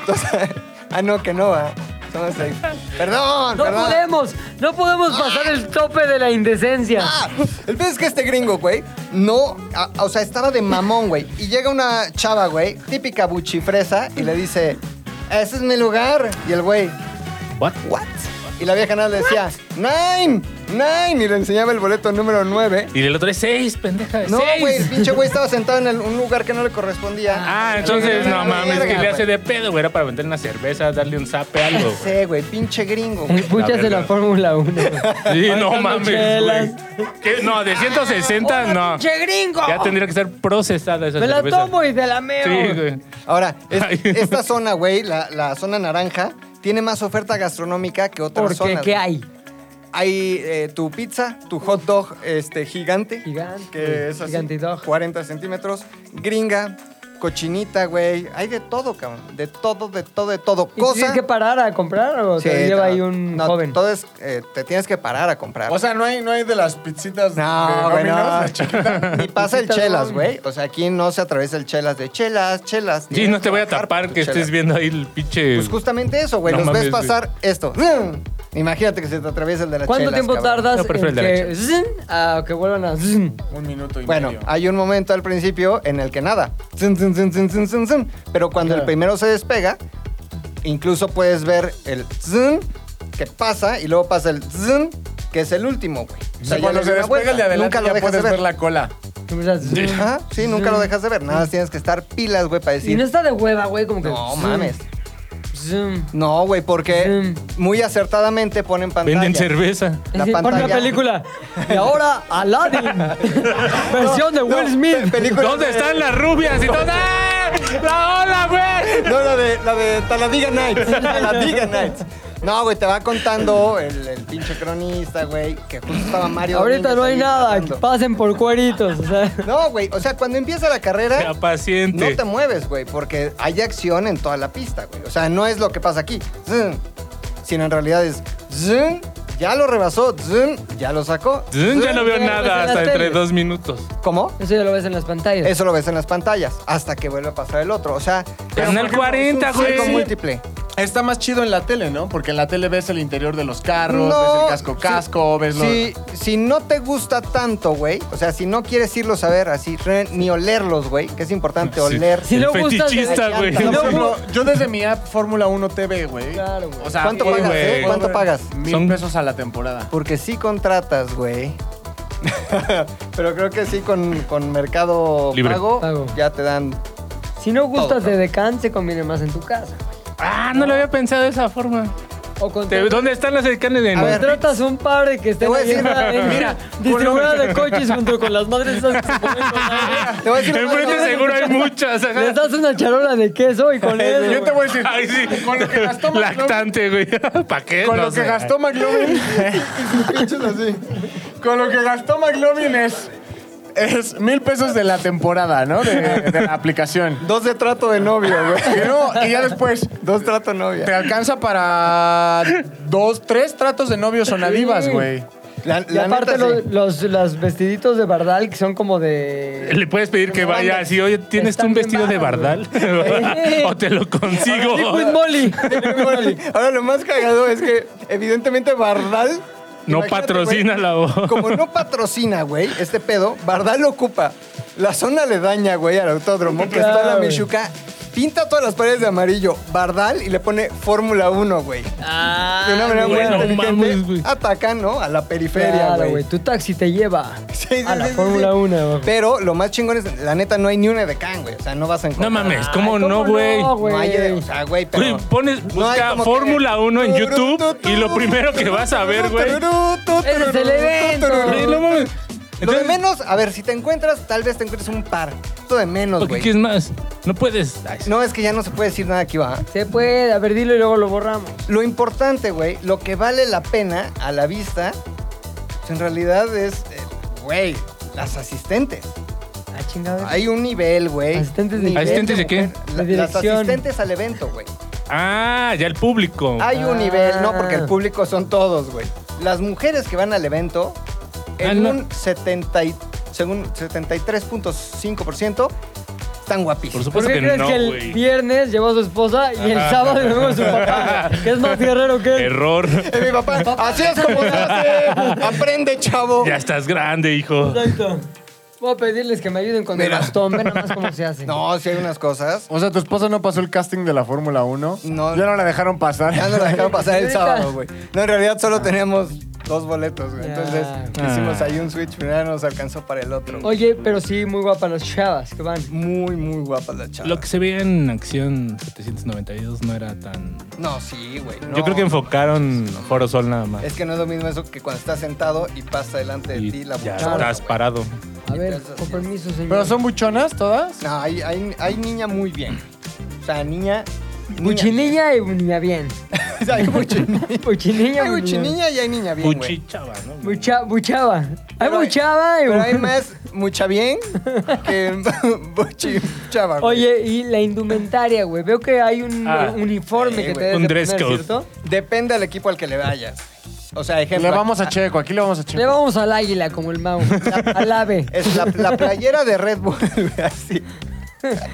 [SPEAKER 4] Entonces, ah, no, que no va. Somos ahí. Perdón,
[SPEAKER 3] No
[SPEAKER 4] perdón.
[SPEAKER 3] podemos, no podemos pasar el tope de la indecencia.
[SPEAKER 4] Ah, El pedo es que este gringo, güey, no. a- a- o sea, estaba de mamón, güey. Y llega una chava, güey, típica buchifresa, y le dice: Ese es mi lugar. Y el güey,
[SPEAKER 2] What?
[SPEAKER 4] ¿what? Y la vieja nada le decía: Nine, nine. Y le enseñaba el boleto número 9.
[SPEAKER 2] Y del otro es seis, pendeja. de
[SPEAKER 4] No,
[SPEAKER 2] seis.
[SPEAKER 4] güey, el pinche güey estaba sentado en el- un lugar que no le correspondía.
[SPEAKER 2] Ah, entonces, no
[SPEAKER 4] Verga,
[SPEAKER 2] mames, que le
[SPEAKER 4] güey.
[SPEAKER 2] hace de pedo, güey. Era para vender una cerveza, darle un zape, algo. güey.
[SPEAKER 4] Sí, güey, pinche gringo. güey.
[SPEAKER 3] Escuchas de
[SPEAKER 2] verga.
[SPEAKER 3] la Fórmula 1.
[SPEAKER 2] Sí, no
[SPEAKER 3] Aventando
[SPEAKER 2] mames,
[SPEAKER 3] chelas.
[SPEAKER 2] güey. ¿Qué? No, de 160, no.
[SPEAKER 3] ¡Che gringo!
[SPEAKER 2] Ya tendría que ser procesada esa
[SPEAKER 3] Me la
[SPEAKER 2] cerveza.
[SPEAKER 3] tomo y te la meo.
[SPEAKER 2] Sí, güey.
[SPEAKER 4] Ahora, es-
[SPEAKER 2] Ay.
[SPEAKER 4] esta zona, güey, la, la zona naranja, tiene más oferta gastronómica que otras
[SPEAKER 3] Porque,
[SPEAKER 4] zonas.
[SPEAKER 3] ¿qué
[SPEAKER 4] güey.
[SPEAKER 3] hay?
[SPEAKER 4] Hay eh, tu pizza, tu hot dog este, gigante.
[SPEAKER 3] Gigante,
[SPEAKER 4] Que es así.
[SPEAKER 3] gigantidog.
[SPEAKER 4] 40 centímetros. Gringa, cochinita, güey. Hay de todo, cabrón. De todo, de todo, de todo.
[SPEAKER 3] ¿Y ¿Tienes
[SPEAKER 4] Cosa.
[SPEAKER 3] que parar a comprar o
[SPEAKER 4] Sí,
[SPEAKER 3] te lleva
[SPEAKER 4] no,
[SPEAKER 3] ahí un
[SPEAKER 4] no,
[SPEAKER 3] joven?
[SPEAKER 4] Todo es, eh, te tienes que parar a comprar.
[SPEAKER 5] O sea, no hay, no hay de las pizzitas
[SPEAKER 4] No,
[SPEAKER 5] de
[SPEAKER 4] güey, no.
[SPEAKER 5] Domino's, la chiquita.
[SPEAKER 4] Y pasa el
[SPEAKER 3] Chiquita,
[SPEAKER 4] chelas,
[SPEAKER 3] no.
[SPEAKER 4] güey. O sea, aquí no se atraviesa el chelas de chelas, chelas.
[SPEAKER 2] Sí,
[SPEAKER 4] Tienes
[SPEAKER 2] no te voy a
[SPEAKER 4] bajar
[SPEAKER 2] tapar
[SPEAKER 4] tu
[SPEAKER 2] que
[SPEAKER 4] chelas.
[SPEAKER 2] estés viendo ahí el pinche.
[SPEAKER 4] Pues justamente eso, güey.
[SPEAKER 2] No
[SPEAKER 4] Los ves
[SPEAKER 2] mames, güey.
[SPEAKER 4] pasar esto. Imagínate que se te atraviesa el de la
[SPEAKER 3] ¿Cuánto
[SPEAKER 4] chelas,
[SPEAKER 3] tiempo
[SPEAKER 4] cabrón.
[SPEAKER 2] Yo
[SPEAKER 3] tardas
[SPEAKER 2] prefiero
[SPEAKER 3] en
[SPEAKER 2] el
[SPEAKER 3] que,
[SPEAKER 2] derecho.
[SPEAKER 3] zzzn, a que vuelvan a... zzzn?
[SPEAKER 5] Un minuto y
[SPEAKER 4] Bueno,
[SPEAKER 5] medio.
[SPEAKER 4] hay un momento al principio en el que nada. Zun, zun, zun, zun, zun, zun, zun. Pero cuando el primero se despega, incluso puedes ver el zun que pasa y luego pasa el zun que es el último, güey.
[SPEAKER 5] O sea, cuando se despega el de adelante ya puedes ver la cola.
[SPEAKER 3] Empiezas, zzzn.
[SPEAKER 4] Ajá, sí, nunca lo dejas de ver. Nada, más tienes que estar pilas, güey, para
[SPEAKER 3] Y
[SPEAKER 4] decir.
[SPEAKER 3] no está de hueva, güey, como que...
[SPEAKER 4] No
[SPEAKER 3] zzzn,
[SPEAKER 4] mames.
[SPEAKER 3] zzzn.
[SPEAKER 4] No, güey, porque muy acertadamente ponen pantalla.
[SPEAKER 2] Venden cerveza.
[SPEAKER 4] La
[SPEAKER 3] Sí, pon
[SPEAKER 4] pantalla.
[SPEAKER 3] la película. Y ahora, Aladdin. Versión de Will
[SPEAKER 4] Pe-
[SPEAKER 3] Smith.
[SPEAKER 4] película
[SPEAKER 2] ¿Dónde
[SPEAKER 4] de-
[SPEAKER 2] están las rubias y todo? ¡Ah! ¡La ola, güey!
[SPEAKER 4] No, la de, la de Taladiga Nights. Taladiga Nights. No, güey, te va contando el, el pinche cronista, güey, que justo estaba Mario.
[SPEAKER 3] Ahorita
[SPEAKER 4] Domínguez
[SPEAKER 3] no hay
[SPEAKER 4] ahí
[SPEAKER 3] nada.
[SPEAKER 4] narrando.
[SPEAKER 3] Pasen por cueritos. O sea,
[SPEAKER 4] No, güey, o sea, cuando empieza la carrera,
[SPEAKER 2] Sea paciente.
[SPEAKER 4] ¿Eh? no te mueves, güey, porque hay acción en toda la pista, güey. O sea, no es lo que pasa aquí. Zun. Sino en realidad es zun, ya lo rebasó, zun, ya lo sacó.
[SPEAKER 2] Zun, Ya no veo
[SPEAKER 3] Zun,
[SPEAKER 2] nada
[SPEAKER 3] en las
[SPEAKER 2] hasta entre
[SPEAKER 3] teles.
[SPEAKER 2] dos minutos.
[SPEAKER 4] ¿Cómo?
[SPEAKER 3] eso ya lo ves en las pantallas.
[SPEAKER 4] Eso lo ves en las pantallas, hasta que vuelve a pasar el otro. O sea,
[SPEAKER 2] Canal
[SPEAKER 4] por ejemplo, es un
[SPEAKER 2] 40, güey.
[SPEAKER 4] Circo múltiple.
[SPEAKER 5] Está más chido en la tele, ¿no? Porque en la tele ves el interior de los carros, ves el casco casco,
[SPEAKER 4] si,
[SPEAKER 5] ves los.
[SPEAKER 4] si, si no te gusta tanto, güey, o sea, si no quieres irlos a ver así, re- ni olerlos, güey, que es importante oler.
[SPEAKER 3] Si
[SPEAKER 2] El
[SPEAKER 3] no gustas de-
[SPEAKER 2] fetichista, güey.
[SPEAKER 4] No,
[SPEAKER 5] Por
[SPEAKER 4] güey.
[SPEAKER 5] ejemplo, yo desde mi app Fórmula 1 TV, güey.
[SPEAKER 3] Claro, güey.
[SPEAKER 5] O sea,
[SPEAKER 4] ¿Cuánto
[SPEAKER 5] eh,
[SPEAKER 4] pagas,
[SPEAKER 5] güey,
[SPEAKER 2] eh?
[SPEAKER 4] ¿Cuánto pagas?
[SPEAKER 5] Mil
[SPEAKER 2] Son-
[SPEAKER 5] pesos a la temporada.
[SPEAKER 4] Porque sí contratas, güey. Pero creo que sí con, con Mercado
[SPEAKER 2] Libre.
[SPEAKER 4] Pago,
[SPEAKER 3] Pago.
[SPEAKER 4] ya te dan.
[SPEAKER 3] Si no gustas
[SPEAKER 4] Todo,
[SPEAKER 3] de Decan, se conviene más en tu casa.
[SPEAKER 2] Ah, no lo había pensado de esa forma.
[SPEAKER 3] O con
[SPEAKER 2] Te- ¿Dónde están las decanes de
[SPEAKER 4] A ver.
[SPEAKER 3] Contratas un padre que esté
[SPEAKER 4] Te voy a
[SPEAKER 3] ahí en
[SPEAKER 4] decir-
[SPEAKER 3] la- en
[SPEAKER 4] Mira,
[SPEAKER 3] distribuidora de coches junto con las madres esas que se ponen con la-
[SPEAKER 4] Te voy a decir una
[SPEAKER 2] Enfrente
[SPEAKER 4] cosa.
[SPEAKER 2] seguro hay muchas. ajá.
[SPEAKER 3] Les das una charola de queso y con eso.
[SPEAKER 5] Yo te
[SPEAKER 3] güey.
[SPEAKER 5] voy a decir.
[SPEAKER 2] Ay, sí.
[SPEAKER 5] Con lo que gastó McLovin.
[SPEAKER 2] Lactante, güey. ¿Para qué?
[SPEAKER 5] Con
[SPEAKER 2] No
[SPEAKER 5] lo que
[SPEAKER 2] sé.
[SPEAKER 5] gastó McLovin. Con lo que gastó McLovin es. Es mil pesos de la temporada, ¿no? De, de la aplicación.
[SPEAKER 4] Dos de trato de novio, güey.
[SPEAKER 5] Y, no, y ya después.
[SPEAKER 4] Dos trato novia.
[SPEAKER 5] Te alcanza para dos, tres tratos de novios o nadivas, güey.
[SPEAKER 4] La,
[SPEAKER 3] Y
[SPEAKER 4] la
[SPEAKER 3] aparte
[SPEAKER 4] neta,
[SPEAKER 3] lo-
[SPEAKER 4] sí.
[SPEAKER 3] los, las vestiditos de Bardal que son como de...
[SPEAKER 2] Le puedes pedir que
[SPEAKER 3] No,
[SPEAKER 2] vaya
[SPEAKER 3] hombre,
[SPEAKER 2] así, oye, ¿tienes
[SPEAKER 3] están
[SPEAKER 2] tú un
[SPEAKER 3] bien
[SPEAKER 2] vestido de
[SPEAKER 3] baratos,
[SPEAKER 2] bardal? o te lo consigo.
[SPEAKER 3] Liquid Molly.
[SPEAKER 4] Ahora lo más cagado es que, evidentemente, Bardal.
[SPEAKER 2] No
[SPEAKER 4] imagínate,
[SPEAKER 2] patrocina
[SPEAKER 4] güey,
[SPEAKER 2] la voz.
[SPEAKER 4] Como no patrocina, güey, este pedo, Bardal ocupa la zona le daña, güey, al autódromo, que está la
[SPEAKER 3] Claro.
[SPEAKER 4] Michuca. Pinta todas las paredes de amarillo, Bardal, y le pone Fórmula 1, güey.
[SPEAKER 3] Ah,
[SPEAKER 4] De una manera
[SPEAKER 2] güey, no
[SPEAKER 4] muy inteligente,
[SPEAKER 2] mames, güey.
[SPEAKER 4] atacan, ¿no? A la periferia,
[SPEAKER 3] Claro,
[SPEAKER 4] güey.
[SPEAKER 3] güey. Tu taxi te lleva
[SPEAKER 4] Sí, sí,
[SPEAKER 3] a la
[SPEAKER 4] sí, sí,
[SPEAKER 3] Fórmula
[SPEAKER 4] sí.
[SPEAKER 3] 1. güey.
[SPEAKER 4] Pero lo más chingón es, la neta, no hay ni una de can, güey. O sea, no vas a
[SPEAKER 2] No
[SPEAKER 4] encontrar.
[SPEAKER 2] mames,
[SPEAKER 3] Ay,
[SPEAKER 2] ¿cómo no, güey?
[SPEAKER 4] No hay de- o sea, güey, pero...
[SPEAKER 2] Güey, pones,
[SPEAKER 4] No hay
[SPEAKER 2] busca
[SPEAKER 4] como que-
[SPEAKER 2] Fórmula 1 en YouTube y lo primero que vas a ver, güey.
[SPEAKER 3] Ese es el evento.
[SPEAKER 2] Güey, No mames.
[SPEAKER 4] Lo de
[SPEAKER 2] Entonces,
[SPEAKER 4] menos, a ver, si te encuentras, tal vez te encuentres un par. Esto de menos,
[SPEAKER 2] ¿por ¿qué
[SPEAKER 4] güey.
[SPEAKER 2] quieres más? No puedes. Ay, sí.
[SPEAKER 4] No, es que ya no se puede decir nada aquí, va.
[SPEAKER 3] Se puede, a ver, dilo y luego lo borramos.
[SPEAKER 4] Lo importante, güey, lo que vale la pena a la vista, pues, en realidad es, eh, güey, las asistentes.
[SPEAKER 3] Ah, chingado.
[SPEAKER 4] Hay un nivel, güey.
[SPEAKER 3] ¿Asistentes de-
[SPEAKER 4] Nivel
[SPEAKER 2] ¿Asistentes de qué?
[SPEAKER 4] mujer. La-
[SPEAKER 3] De
[SPEAKER 4] las
[SPEAKER 3] dirección.
[SPEAKER 4] asistentes al evento, güey.
[SPEAKER 2] Ah, ya el público.
[SPEAKER 4] Hay
[SPEAKER 3] Ah.
[SPEAKER 4] un nivel, no, porque el público son todos, güey. Las mujeres que van al evento,
[SPEAKER 2] Ah,
[SPEAKER 4] en
[SPEAKER 2] no.
[SPEAKER 4] un 70 y- según 73.5%, están
[SPEAKER 2] Por
[SPEAKER 4] guapísimos.
[SPEAKER 3] Pues ¿Por
[SPEAKER 2] supuesto
[SPEAKER 3] qué
[SPEAKER 2] que
[SPEAKER 3] crees
[SPEAKER 2] no,
[SPEAKER 3] que el
[SPEAKER 2] güey.
[SPEAKER 3] viernes llevó a su esposa y el sábado llevó a su papá? Que es más guerrero que él.
[SPEAKER 2] Error.
[SPEAKER 4] Eh, mi papá, así es como se hace. Aprende, chavo.
[SPEAKER 2] ya estás grande, hijo.
[SPEAKER 3] Exacto. Voy a pedirles que me ayuden con
[SPEAKER 4] Mira.
[SPEAKER 3] el bastón. Ven nada más cómo se hace.
[SPEAKER 4] No, si hay unas cosas.
[SPEAKER 5] O sea, tu esposa no pasó el casting de la Fórmula 1.
[SPEAKER 4] No.
[SPEAKER 5] Ya no la dejaron pasar.
[SPEAKER 4] Ya nos la dejaron pasar el
[SPEAKER 3] Neta.
[SPEAKER 4] sábado, güey. No, en realidad solo teníamos dos boletos, güey.
[SPEAKER 3] Ya.
[SPEAKER 4] Entonces
[SPEAKER 2] Ah.
[SPEAKER 4] hicimos ahí un switch, pero ya no nos alcanzó para el otro. güey.
[SPEAKER 3] Oye, pero sí, muy guapas las chavas que van.
[SPEAKER 4] Muy, muy guapas las chavas.
[SPEAKER 2] Lo que se veía en Acción 792 no era tan...
[SPEAKER 4] No, sí, güey. no.
[SPEAKER 2] Yo creo que enfocaron Foro Sol nada más.
[SPEAKER 4] Es que no es lo mismo eso que cuando estás sentado y pasa delante de ti
[SPEAKER 2] Y
[SPEAKER 4] la
[SPEAKER 2] ya
[SPEAKER 4] buchona,
[SPEAKER 2] estás
[SPEAKER 4] güey.
[SPEAKER 2] parado.
[SPEAKER 3] A ver,
[SPEAKER 4] Entonces,
[SPEAKER 3] con
[SPEAKER 4] sí.
[SPEAKER 3] permiso, señor.
[SPEAKER 5] ¿Pero son buchonas todas?
[SPEAKER 4] No, hay, hay, hay niña muy bien. O sea, niña. niña.
[SPEAKER 3] Buchinilla y niña bien.
[SPEAKER 4] hay buchinilla.
[SPEAKER 3] Buchinilla
[SPEAKER 4] Hay
[SPEAKER 3] y buchinilla.
[SPEAKER 4] buchiniña y hay niña bien, güey.
[SPEAKER 2] Puchichaba, ¿no?
[SPEAKER 3] Bucha, buchaba. Hay
[SPEAKER 4] Pero hay-
[SPEAKER 3] buchaba y
[SPEAKER 4] Pero hay
[SPEAKER 3] bu-
[SPEAKER 4] más mucha bien que buchi chava, güey.
[SPEAKER 3] Oye, y la indumentaria, güey. Veo que hay un
[SPEAKER 2] Ah.
[SPEAKER 3] eh, uniforme
[SPEAKER 4] Sí,
[SPEAKER 3] que te
[SPEAKER 4] güey.
[SPEAKER 3] debes
[SPEAKER 2] Un
[SPEAKER 3] de
[SPEAKER 2] dress
[SPEAKER 3] poner,
[SPEAKER 2] code.
[SPEAKER 3] ¿cierto?
[SPEAKER 4] Depende al equipo al que le vayas. O sea, ejemplo.
[SPEAKER 5] Le vamos a Checo, aquí le vamos a Checo.
[SPEAKER 3] Le vamos al águila como el Mau. al ave.
[SPEAKER 4] Es la, la playera de Red Bull, güey, así.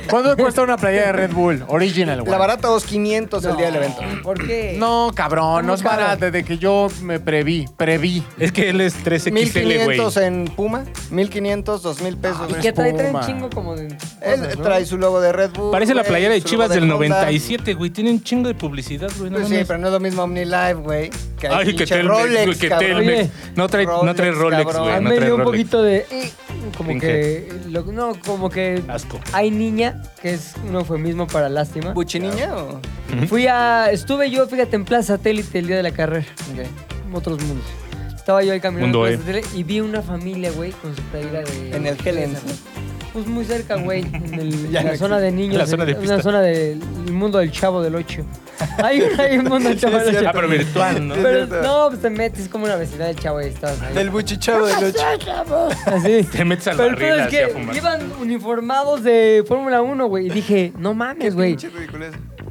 [SPEAKER 5] ¿Cuánto cuesta una playa de Red Bull? Original, güey.
[SPEAKER 4] La barata 2500 el día del evento.
[SPEAKER 3] ¿Por qué?
[SPEAKER 5] No, cabrón, no es
[SPEAKER 3] caro?
[SPEAKER 5] barata. De que yo me preví, preví.
[SPEAKER 2] Es que él es 3XL, güey.
[SPEAKER 4] 1500 en Puma, 1500, 2000 pesos.
[SPEAKER 3] ¿Y
[SPEAKER 5] es
[SPEAKER 3] qué trae? Trae un
[SPEAKER 5] Puma.
[SPEAKER 3] chingo como de.
[SPEAKER 4] Él
[SPEAKER 3] cosas, ¿no?
[SPEAKER 4] trae su logo de Red Bull.
[SPEAKER 2] Parece la
[SPEAKER 4] güey,
[SPEAKER 2] playera de
[SPEAKER 4] su
[SPEAKER 2] Chivas
[SPEAKER 4] logo
[SPEAKER 2] del
[SPEAKER 4] Honda.
[SPEAKER 2] 97, güey. Tiene un chingo de publicidad, güey. no
[SPEAKER 4] Pues sí,
[SPEAKER 2] mames.
[SPEAKER 4] pero no es lo mismo OmniLife, güey. Que hay
[SPEAKER 2] Ay, que
[SPEAKER 4] pinche
[SPEAKER 2] Telmex,
[SPEAKER 4] Rolex,
[SPEAKER 2] güey, que
[SPEAKER 4] cabrón.
[SPEAKER 2] Telmex.
[SPEAKER 3] Oye,
[SPEAKER 2] No trae no trae
[SPEAKER 4] Rolex,
[SPEAKER 2] Rolex,
[SPEAKER 4] cabrón.
[SPEAKER 2] güey.
[SPEAKER 3] A mí
[SPEAKER 2] No
[SPEAKER 3] me
[SPEAKER 2] trae
[SPEAKER 3] dio un
[SPEAKER 2] Rolex.
[SPEAKER 3] poquito de. eh, como
[SPEAKER 2] Finge.
[SPEAKER 3] que. lo- no, como que.
[SPEAKER 2] Asco.
[SPEAKER 3] Hay niña, que es un eufemismo para lástima.
[SPEAKER 4] ¿Buchiniña o...?
[SPEAKER 2] ¿Mm?
[SPEAKER 3] Fui a. Estuve yo, fíjate, en Plaza Satélite el día de la carrera.
[SPEAKER 4] Ok.
[SPEAKER 3] en Otros mundos. Estaba yo ahí caminando
[SPEAKER 2] Mundo E.
[SPEAKER 3] en Plaza Satélite y vi una familia, güey, con su playera de.
[SPEAKER 4] En el Hellens.
[SPEAKER 3] Pues muy cerca, güey. En, el-
[SPEAKER 4] Ya
[SPEAKER 3] en la
[SPEAKER 4] no
[SPEAKER 3] zona de niños.
[SPEAKER 2] En la zona de
[SPEAKER 3] en
[SPEAKER 2] pista.
[SPEAKER 3] la zona del el mundo del chavo del 8. Hay, un- hay un mundo del chavo del 8.
[SPEAKER 2] Ah, pero virtual, ¿no?
[SPEAKER 3] Pero no, pues te metes como una vecindad del chavo y estás ahí.
[SPEAKER 4] Del buchichavo de noche.
[SPEAKER 3] Así.
[SPEAKER 2] Te metes al
[SPEAKER 3] Pero el
[SPEAKER 2] barril
[SPEAKER 3] pedo es
[SPEAKER 2] así a
[SPEAKER 3] que
[SPEAKER 2] fumar.
[SPEAKER 3] iban uniformados de Fórmula 1, güey. Y dije, no mames, güey.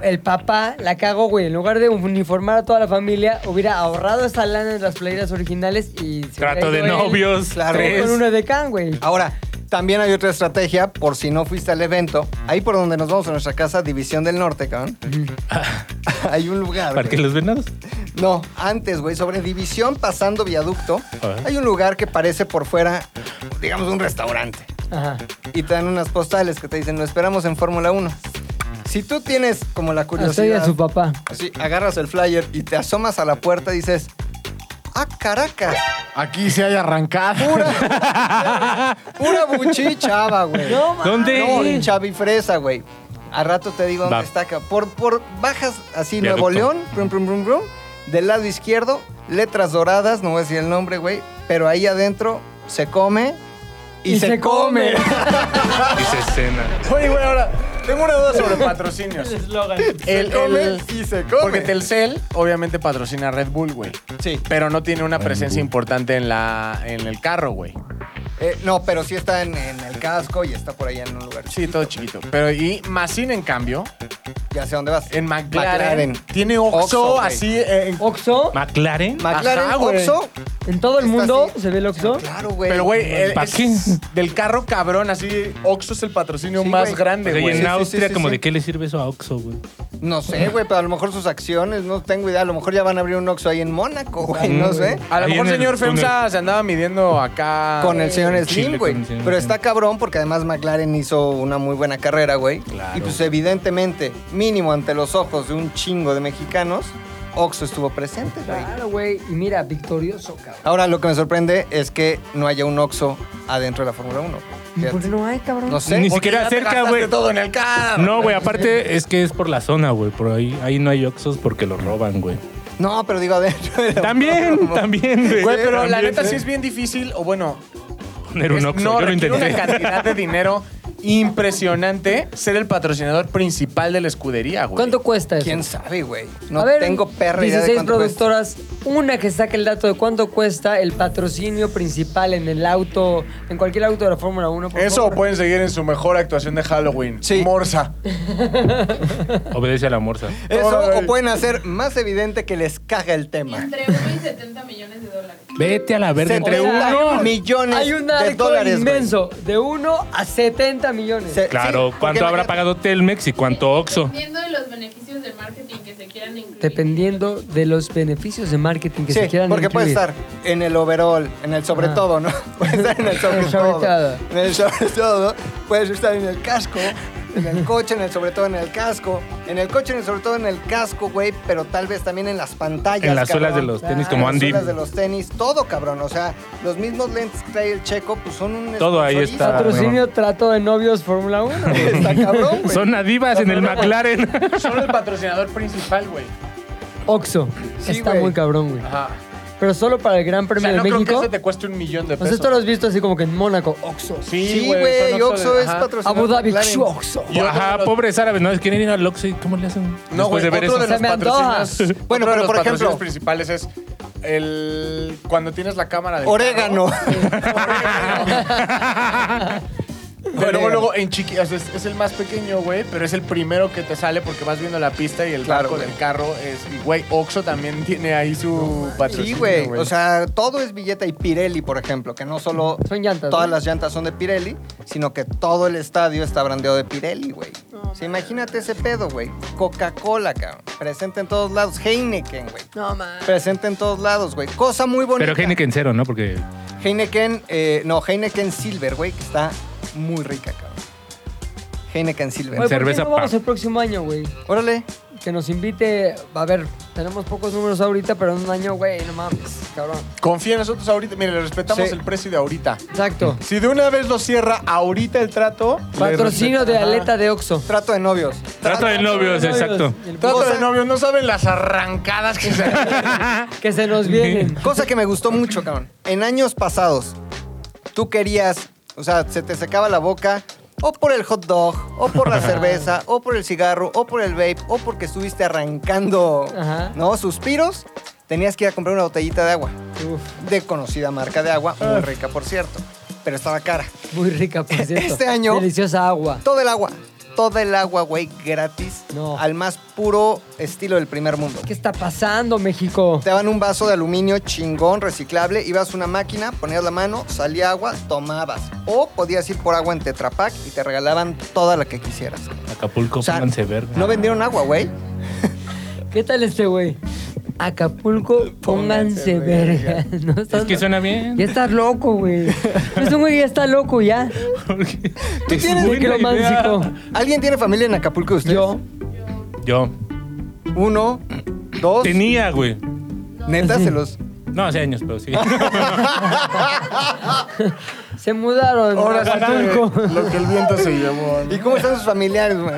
[SPEAKER 3] El papá la cagó, güey. En lugar de uniformar a toda la familia, hubiera ahorrado esa lana en las playeras originales y se hubiera
[SPEAKER 2] Trato de
[SPEAKER 3] ido él
[SPEAKER 2] novios.
[SPEAKER 4] Claro. Ah,
[SPEAKER 2] tres.
[SPEAKER 3] Con una de can, güey.
[SPEAKER 4] Ahora, También hay otra estrategia, por si no fuiste al evento. Ahí por donde nos vamos a nuestra casa, División del Norte, cabrón. hay un lugar.
[SPEAKER 2] ¿Para qué
[SPEAKER 4] güey.
[SPEAKER 2] los venados?
[SPEAKER 4] No, antes, güey, sobre División pasando viaducto,
[SPEAKER 2] Ajá.
[SPEAKER 4] hay un lugar que parece por fuera, digamos, un restaurante.
[SPEAKER 3] Ajá.
[SPEAKER 4] Y te dan unas postales que te dicen, lo esperamos en Fórmula 1. Si tú tienes como la
[SPEAKER 3] Estoy
[SPEAKER 4] curiosidad,
[SPEAKER 3] a su papá.
[SPEAKER 4] así, agarras el flyer y te asomas a la puerta y dices, ¡ah, caracas!
[SPEAKER 5] Aquí se hay arrancado.
[SPEAKER 4] Pura buchichava, güey.
[SPEAKER 3] No, ma-
[SPEAKER 2] ¿Dónde?
[SPEAKER 4] No, Chavi Fresa, güey. A rato te digo dónde
[SPEAKER 2] Va.
[SPEAKER 4] está acá. Por, por bajas así,
[SPEAKER 2] Viaducto.
[SPEAKER 4] Nuevo León, prum, prum, prum, prum. Del lado izquierdo, letras doradas, no voy a decir el nombre, güey. Pero ahí adentro se come y, se, come.
[SPEAKER 2] Y se escena.
[SPEAKER 5] Oye, güey, ahora tengo una duda sobre patrocinios.
[SPEAKER 4] Se
[SPEAKER 5] El-
[SPEAKER 4] come
[SPEAKER 5] el-
[SPEAKER 4] y se come.
[SPEAKER 5] Porque Telcel obviamente patrocina a Red Bull, güey.
[SPEAKER 4] Sí.
[SPEAKER 5] Pero no tiene una presencia importante en, la, en el carro, güey.
[SPEAKER 4] Eh, no, pero sí está en, en el casco y está por allá en un lugar.
[SPEAKER 5] Sí, todo chiquito. Pero y Masin, en cambio,
[SPEAKER 4] Ya sé dónde vas.
[SPEAKER 5] en McLaren,
[SPEAKER 4] McLaren.
[SPEAKER 5] tiene Oxxo
[SPEAKER 4] Oxxo, güey.
[SPEAKER 5] así eh, en-
[SPEAKER 3] Oxo.
[SPEAKER 2] ¿McLaren?
[SPEAKER 4] McLaren
[SPEAKER 5] Ajá, güey.
[SPEAKER 4] Oxxo.
[SPEAKER 3] En todo el
[SPEAKER 4] Está
[SPEAKER 3] mundo
[SPEAKER 4] así.
[SPEAKER 3] se ve el Oxo.
[SPEAKER 4] Claro, güey.
[SPEAKER 5] Pero, güey, eh,
[SPEAKER 2] ¿Pa'
[SPEAKER 5] es
[SPEAKER 2] qué?
[SPEAKER 5] del carro cabrón, así Oxxo es el patrocinio
[SPEAKER 4] Sí,
[SPEAKER 5] más
[SPEAKER 4] güey.
[SPEAKER 5] grande,
[SPEAKER 2] Oye,
[SPEAKER 5] güey.
[SPEAKER 2] en
[SPEAKER 4] sí, sí,
[SPEAKER 2] Austria,
[SPEAKER 4] sí,
[SPEAKER 2] como
[SPEAKER 4] sí.
[SPEAKER 2] de qué le sirve eso a Oxxo, güey.
[SPEAKER 4] No sé, güey, pero a lo mejor sus acciones, no tengo idea. A lo mejor ya van a abrir un Oxxo ahí en Mónaco, güey, no sé.
[SPEAKER 5] A lo
[SPEAKER 2] Ahí
[SPEAKER 5] mejor
[SPEAKER 2] en el
[SPEAKER 5] señor
[SPEAKER 2] túnel.
[SPEAKER 5] Femsa se andaba midiendo acá.
[SPEAKER 4] Con el señor Slim,
[SPEAKER 2] Chile,
[SPEAKER 4] güey.
[SPEAKER 2] con el señor
[SPEAKER 4] Pero
[SPEAKER 2] Slim.
[SPEAKER 4] está cabrón porque además McLaren hizo una muy buena carrera, güey.
[SPEAKER 5] Claro.
[SPEAKER 4] Y pues evidentemente, mínimo ante los ojos de un chingo de mexicanos, Oxxo estuvo presente, güey.
[SPEAKER 3] Claro, güey. Y mira, victorioso, cabrón.
[SPEAKER 4] Ahora lo que me sorprende es que no haya un Oxxo adentro de la Fórmula 1.
[SPEAKER 3] ¿Y
[SPEAKER 4] Fíjate.
[SPEAKER 3] por qué no hay, cabrón?
[SPEAKER 4] No sé.
[SPEAKER 2] Ni
[SPEAKER 4] Porque
[SPEAKER 2] siquiera
[SPEAKER 4] ya te
[SPEAKER 2] cerca,
[SPEAKER 4] gastaste
[SPEAKER 2] güey.
[SPEAKER 4] todo en el carro.
[SPEAKER 2] No, güey, aparte es que es por la zona, güey. Por ahí, ahí no hay Oxxos porque los roban, güey.
[SPEAKER 4] No, pero digo adentro. de la Fórmula
[SPEAKER 2] También,
[SPEAKER 4] uno.
[SPEAKER 2] también, güey.
[SPEAKER 5] Güey, pero la
[SPEAKER 2] También,
[SPEAKER 5] neta sí
[SPEAKER 2] güey.
[SPEAKER 5] es bien difícil, o bueno,
[SPEAKER 2] Poner un
[SPEAKER 5] es-
[SPEAKER 2] Oxxo,
[SPEAKER 5] no
[SPEAKER 2] yo lo
[SPEAKER 5] requiere una
[SPEAKER 2] intenté.
[SPEAKER 5] cantidad de dinero impresionante ser el patrocinador principal de la escudería, güey.
[SPEAKER 3] ¿Cuánto cuesta eso?
[SPEAKER 4] ¿Quién sabe, güey? No
[SPEAKER 3] A ver,
[SPEAKER 4] tengo perra idea
[SPEAKER 3] 16
[SPEAKER 4] de cuánto cuesta.
[SPEAKER 3] productoras, una que saque el dato de cuánto cuesta el patrocinio principal en el auto, en cualquier auto de la Fórmula 1. por
[SPEAKER 5] Eso
[SPEAKER 3] favor.
[SPEAKER 5] pueden seguir en su mejor actuación de Halloween.
[SPEAKER 4] Sí.
[SPEAKER 5] Morsa.
[SPEAKER 2] Obedece a la morsa.
[SPEAKER 4] Eso
[SPEAKER 5] Órale.
[SPEAKER 4] o pueden hacer más evidente que les caga el tema.
[SPEAKER 7] Entre 1 y 70 millones de dólares.
[SPEAKER 2] Vete a la verga.
[SPEAKER 4] Entre
[SPEAKER 3] O sea,
[SPEAKER 4] uno millones
[SPEAKER 3] Hay un
[SPEAKER 4] de
[SPEAKER 3] arco
[SPEAKER 4] dólares. güey.
[SPEAKER 3] inmenso, de 1 a 70 millones.
[SPEAKER 4] Se-
[SPEAKER 2] Claro,
[SPEAKER 4] sí, porque
[SPEAKER 2] ¿cuánto habrá
[SPEAKER 4] imagínate-
[SPEAKER 2] pagado Telmex y cuánto Oxxo?
[SPEAKER 7] Dependiendo de los beneficios de marketing que se quieran incluir.
[SPEAKER 3] Dependiendo de los beneficios de marketing que
[SPEAKER 4] sí,
[SPEAKER 3] se quieran
[SPEAKER 4] porque puede
[SPEAKER 3] incluir.
[SPEAKER 4] estar en el overall, en el sobre
[SPEAKER 3] Ajá.
[SPEAKER 4] todo, ¿no? Puede estar en el sobre
[SPEAKER 3] El sobre todo.
[SPEAKER 4] todo. En el sobre todo, puedes estar en el casco, en el coche, en el sobre todo en el casco, en el coche, en el sobre todo en el casco, güey, pero tal vez también en las pantallas.
[SPEAKER 2] En las suelas de
[SPEAKER 4] cabrón.
[SPEAKER 2] los tenis,
[SPEAKER 3] Ah,
[SPEAKER 2] como
[SPEAKER 4] las
[SPEAKER 2] Andy.
[SPEAKER 4] suelas de los tenis, todo cabrón, o sea, los mismos lentes que trae el checo, pues son un
[SPEAKER 2] Todo ahí está,
[SPEAKER 4] sponsorismo.
[SPEAKER 3] Patrocinio trato de novios Fórmula 1.
[SPEAKER 4] Está cabrón, güey.
[SPEAKER 2] Son adivas en el McLaren.
[SPEAKER 5] Solo el patrocinador principal, güey.
[SPEAKER 3] Oxo.
[SPEAKER 4] Sí,
[SPEAKER 3] Está
[SPEAKER 4] güey.
[SPEAKER 3] muy cabrón, güey.
[SPEAKER 5] Ajá.
[SPEAKER 3] Pero solo para el Gran
[SPEAKER 5] O
[SPEAKER 3] Premio
[SPEAKER 5] sea, no
[SPEAKER 3] de
[SPEAKER 5] creo que
[SPEAKER 3] México.
[SPEAKER 5] eso te cueste un millón de
[SPEAKER 3] O sea,
[SPEAKER 5] pesos.
[SPEAKER 3] esto lo has visto así como que en Mónaco, Oxo.
[SPEAKER 4] Sí, güey,
[SPEAKER 5] son Oxxo
[SPEAKER 4] Oxxo
[SPEAKER 5] de-
[SPEAKER 4] es
[SPEAKER 5] ajá.
[SPEAKER 4] patrocinador.
[SPEAKER 3] Abu Dhabi,
[SPEAKER 4] McLaren.
[SPEAKER 3] Oxo.
[SPEAKER 5] Y otro de
[SPEAKER 2] Ajá,
[SPEAKER 5] los-
[SPEAKER 2] pobres árabes, ¿no? Quieren ir al Oxxo y ¿cómo le hacen?
[SPEAKER 5] No,
[SPEAKER 2] Después
[SPEAKER 5] güey,
[SPEAKER 2] de ver
[SPEAKER 5] otro
[SPEAKER 2] eso.
[SPEAKER 5] de los
[SPEAKER 3] Se me antoja.
[SPEAKER 5] patrocinios...
[SPEAKER 4] Bueno,
[SPEAKER 5] otro
[SPEAKER 4] pero
[SPEAKER 5] de los
[SPEAKER 4] por ejemplo-
[SPEAKER 5] patrocinios principales es el... Cuando tienes la cámara de...
[SPEAKER 4] Orégano.
[SPEAKER 5] Pero luego, luego, en chiqui... o sea, es, es el más pequeño, güey, pero es el primero que te sale porque vas viendo la pista y el
[SPEAKER 4] Claro,
[SPEAKER 5] barco
[SPEAKER 4] güey.
[SPEAKER 5] del carro es... y, Güey, Oxxo también tiene ahí su
[SPEAKER 4] Sí,
[SPEAKER 5] patrocinio,
[SPEAKER 4] güey. O sea, todo es billete y Pirelli, por ejemplo, que no solo
[SPEAKER 3] Son llantas,
[SPEAKER 4] todas
[SPEAKER 3] ¿no?
[SPEAKER 4] las llantas son de Pirelli, sino que todo el estadio está brandeado de Pirelli, güey. O sea, imagínate ese pedo, güey. Coca-Cola, cabrón. Presente en todos lados. Heineken, güey.
[SPEAKER 7] No, más.
[SPEAKER 4] Presente en todos lados, güey. Cosa muy bonita.
[SPEAKER 2] Pero Heineken cero, ¿no? Porque
[SPEAKER 4] Heineken, eh, no, Heineken Silver, güey, que está muy rica, cabrón. Heineken
[SPEAKER 3] Oye,
[SPEAKER 4] Silver.
[SPEAKER 3] ¿por qué
[SPEAKER 2] cerveza
[SPEAKER 3] no vamos
[SPEAKER 2] pa-
[SPEAKER 3] el próximo año, güey?
[SPEAKER 4] Órale.
[SPEAKER 3] Que nos invite, a ver, tenemos pocos números ahorita, pero en un año, güey, no mames, cabrón.
[SPEAKER 5] Confía en nosotros ahorita. Mire, le respetamos
[SPEAKER 4] Sí.
[SPEAKER 5] el precio de ahorita.
[SPEAKER 3] Exacto.
[SPEAKER 5] Si de una vez lo cierra ahorita el trato... le
[SPEAKER 3] Patrocinio de
[SPEAKER 5] respeta- Ajá.
[SPEAKER 3] aleta de Oxo.
[SPEAKER 4] Trato de novios.
[SPEAKER 2] Trato de novios, exacto.
[SPEAKER 3] Y el-
[SPEAKER 5] Trato
[SPEAKER 4] Cosa-
[SPEAKER 5] de novios, no saben las arrancadas que se
[SPEAKER 3] Que se nos vienen.
[SPEAKER 4] Cosa que me gustó mucho, cabrón. En años pasados, tú querías, o sea, se te secaba la boca o por el hot dog, o por la cerveza, o por el cigarro, o por el vape, o porque estuviste arrancando,
[SPEAKER 3] Ajá.
[SPEAKER 4] ¿no? Suspiros. Tenías que ir a comprar una botellita de agua,
[SPEAKER 3] Uf,
[SPEAKER 4] de conocida marca de agua, muy rica, por cierto, pero estaba cara.
[SPEAKER 3] muy rica, por cierto.
[SPEAKER 4] Este año-
[SPEAKER 3] Deliciosa agua.
[SPEAKER 4] Todo el agua, toda el agua, güey, gratis.
[SPEAKER 3] No.
[SPEAKER 4] Al más puro estilo del primer mundo.
[SPEAKER 3] ¿Qué está pasando, México?
[SPEAKER 4] Te daban un vaso de aluminio chingón, reciclable, ibas a una máquina, ponías la mano, salía agua, tomabas. O podías ir por agua en Tetra Pak y te regalaban toda la que quisieras.
[SPEAKER 2] Acapulco,
[SPEAKER 4] O sea,
[SPEAKER 2] pónganse verga.
[SPEAKER 4] no vendieron agua, güey.
[SPEAKER 3] ¿Qué tal este güey? Acapulco, pónganse verga. No, estás-
[SPEAKER 2] Es que suena bien.
[SPEAKER 3] Ya estás loco, güey. No, es un güey que ya está loco ya.
[SPEAKER 2] Tú
[SPEAKER 3] tienes necromántico.
[SPEAKER 4] ¿Alguien tiene familia en Acapulco de ustedes?
[SPEAKER 3] Yo.
[SPEAKER 2] Yo.
[SPEAKER 4] Uno, dos.
[SPEAKER 2] Tenía, güey.
[SPEAKER 4] Neta, se los.
[SPEAKER 2] No, hace años, pero sí.
[SPEAKER 3] Se mudaron
[SPEAKER 4] Ahora
[SPEAKER 3] a
[SPEAKER 4] sí,
[SPEAKER 3] Acapulco.
[SPEAKER 5] Lo que el viento se llevó. ¿no?
[SPEAKER 4] ¿Y cómo están sus familiares, güey?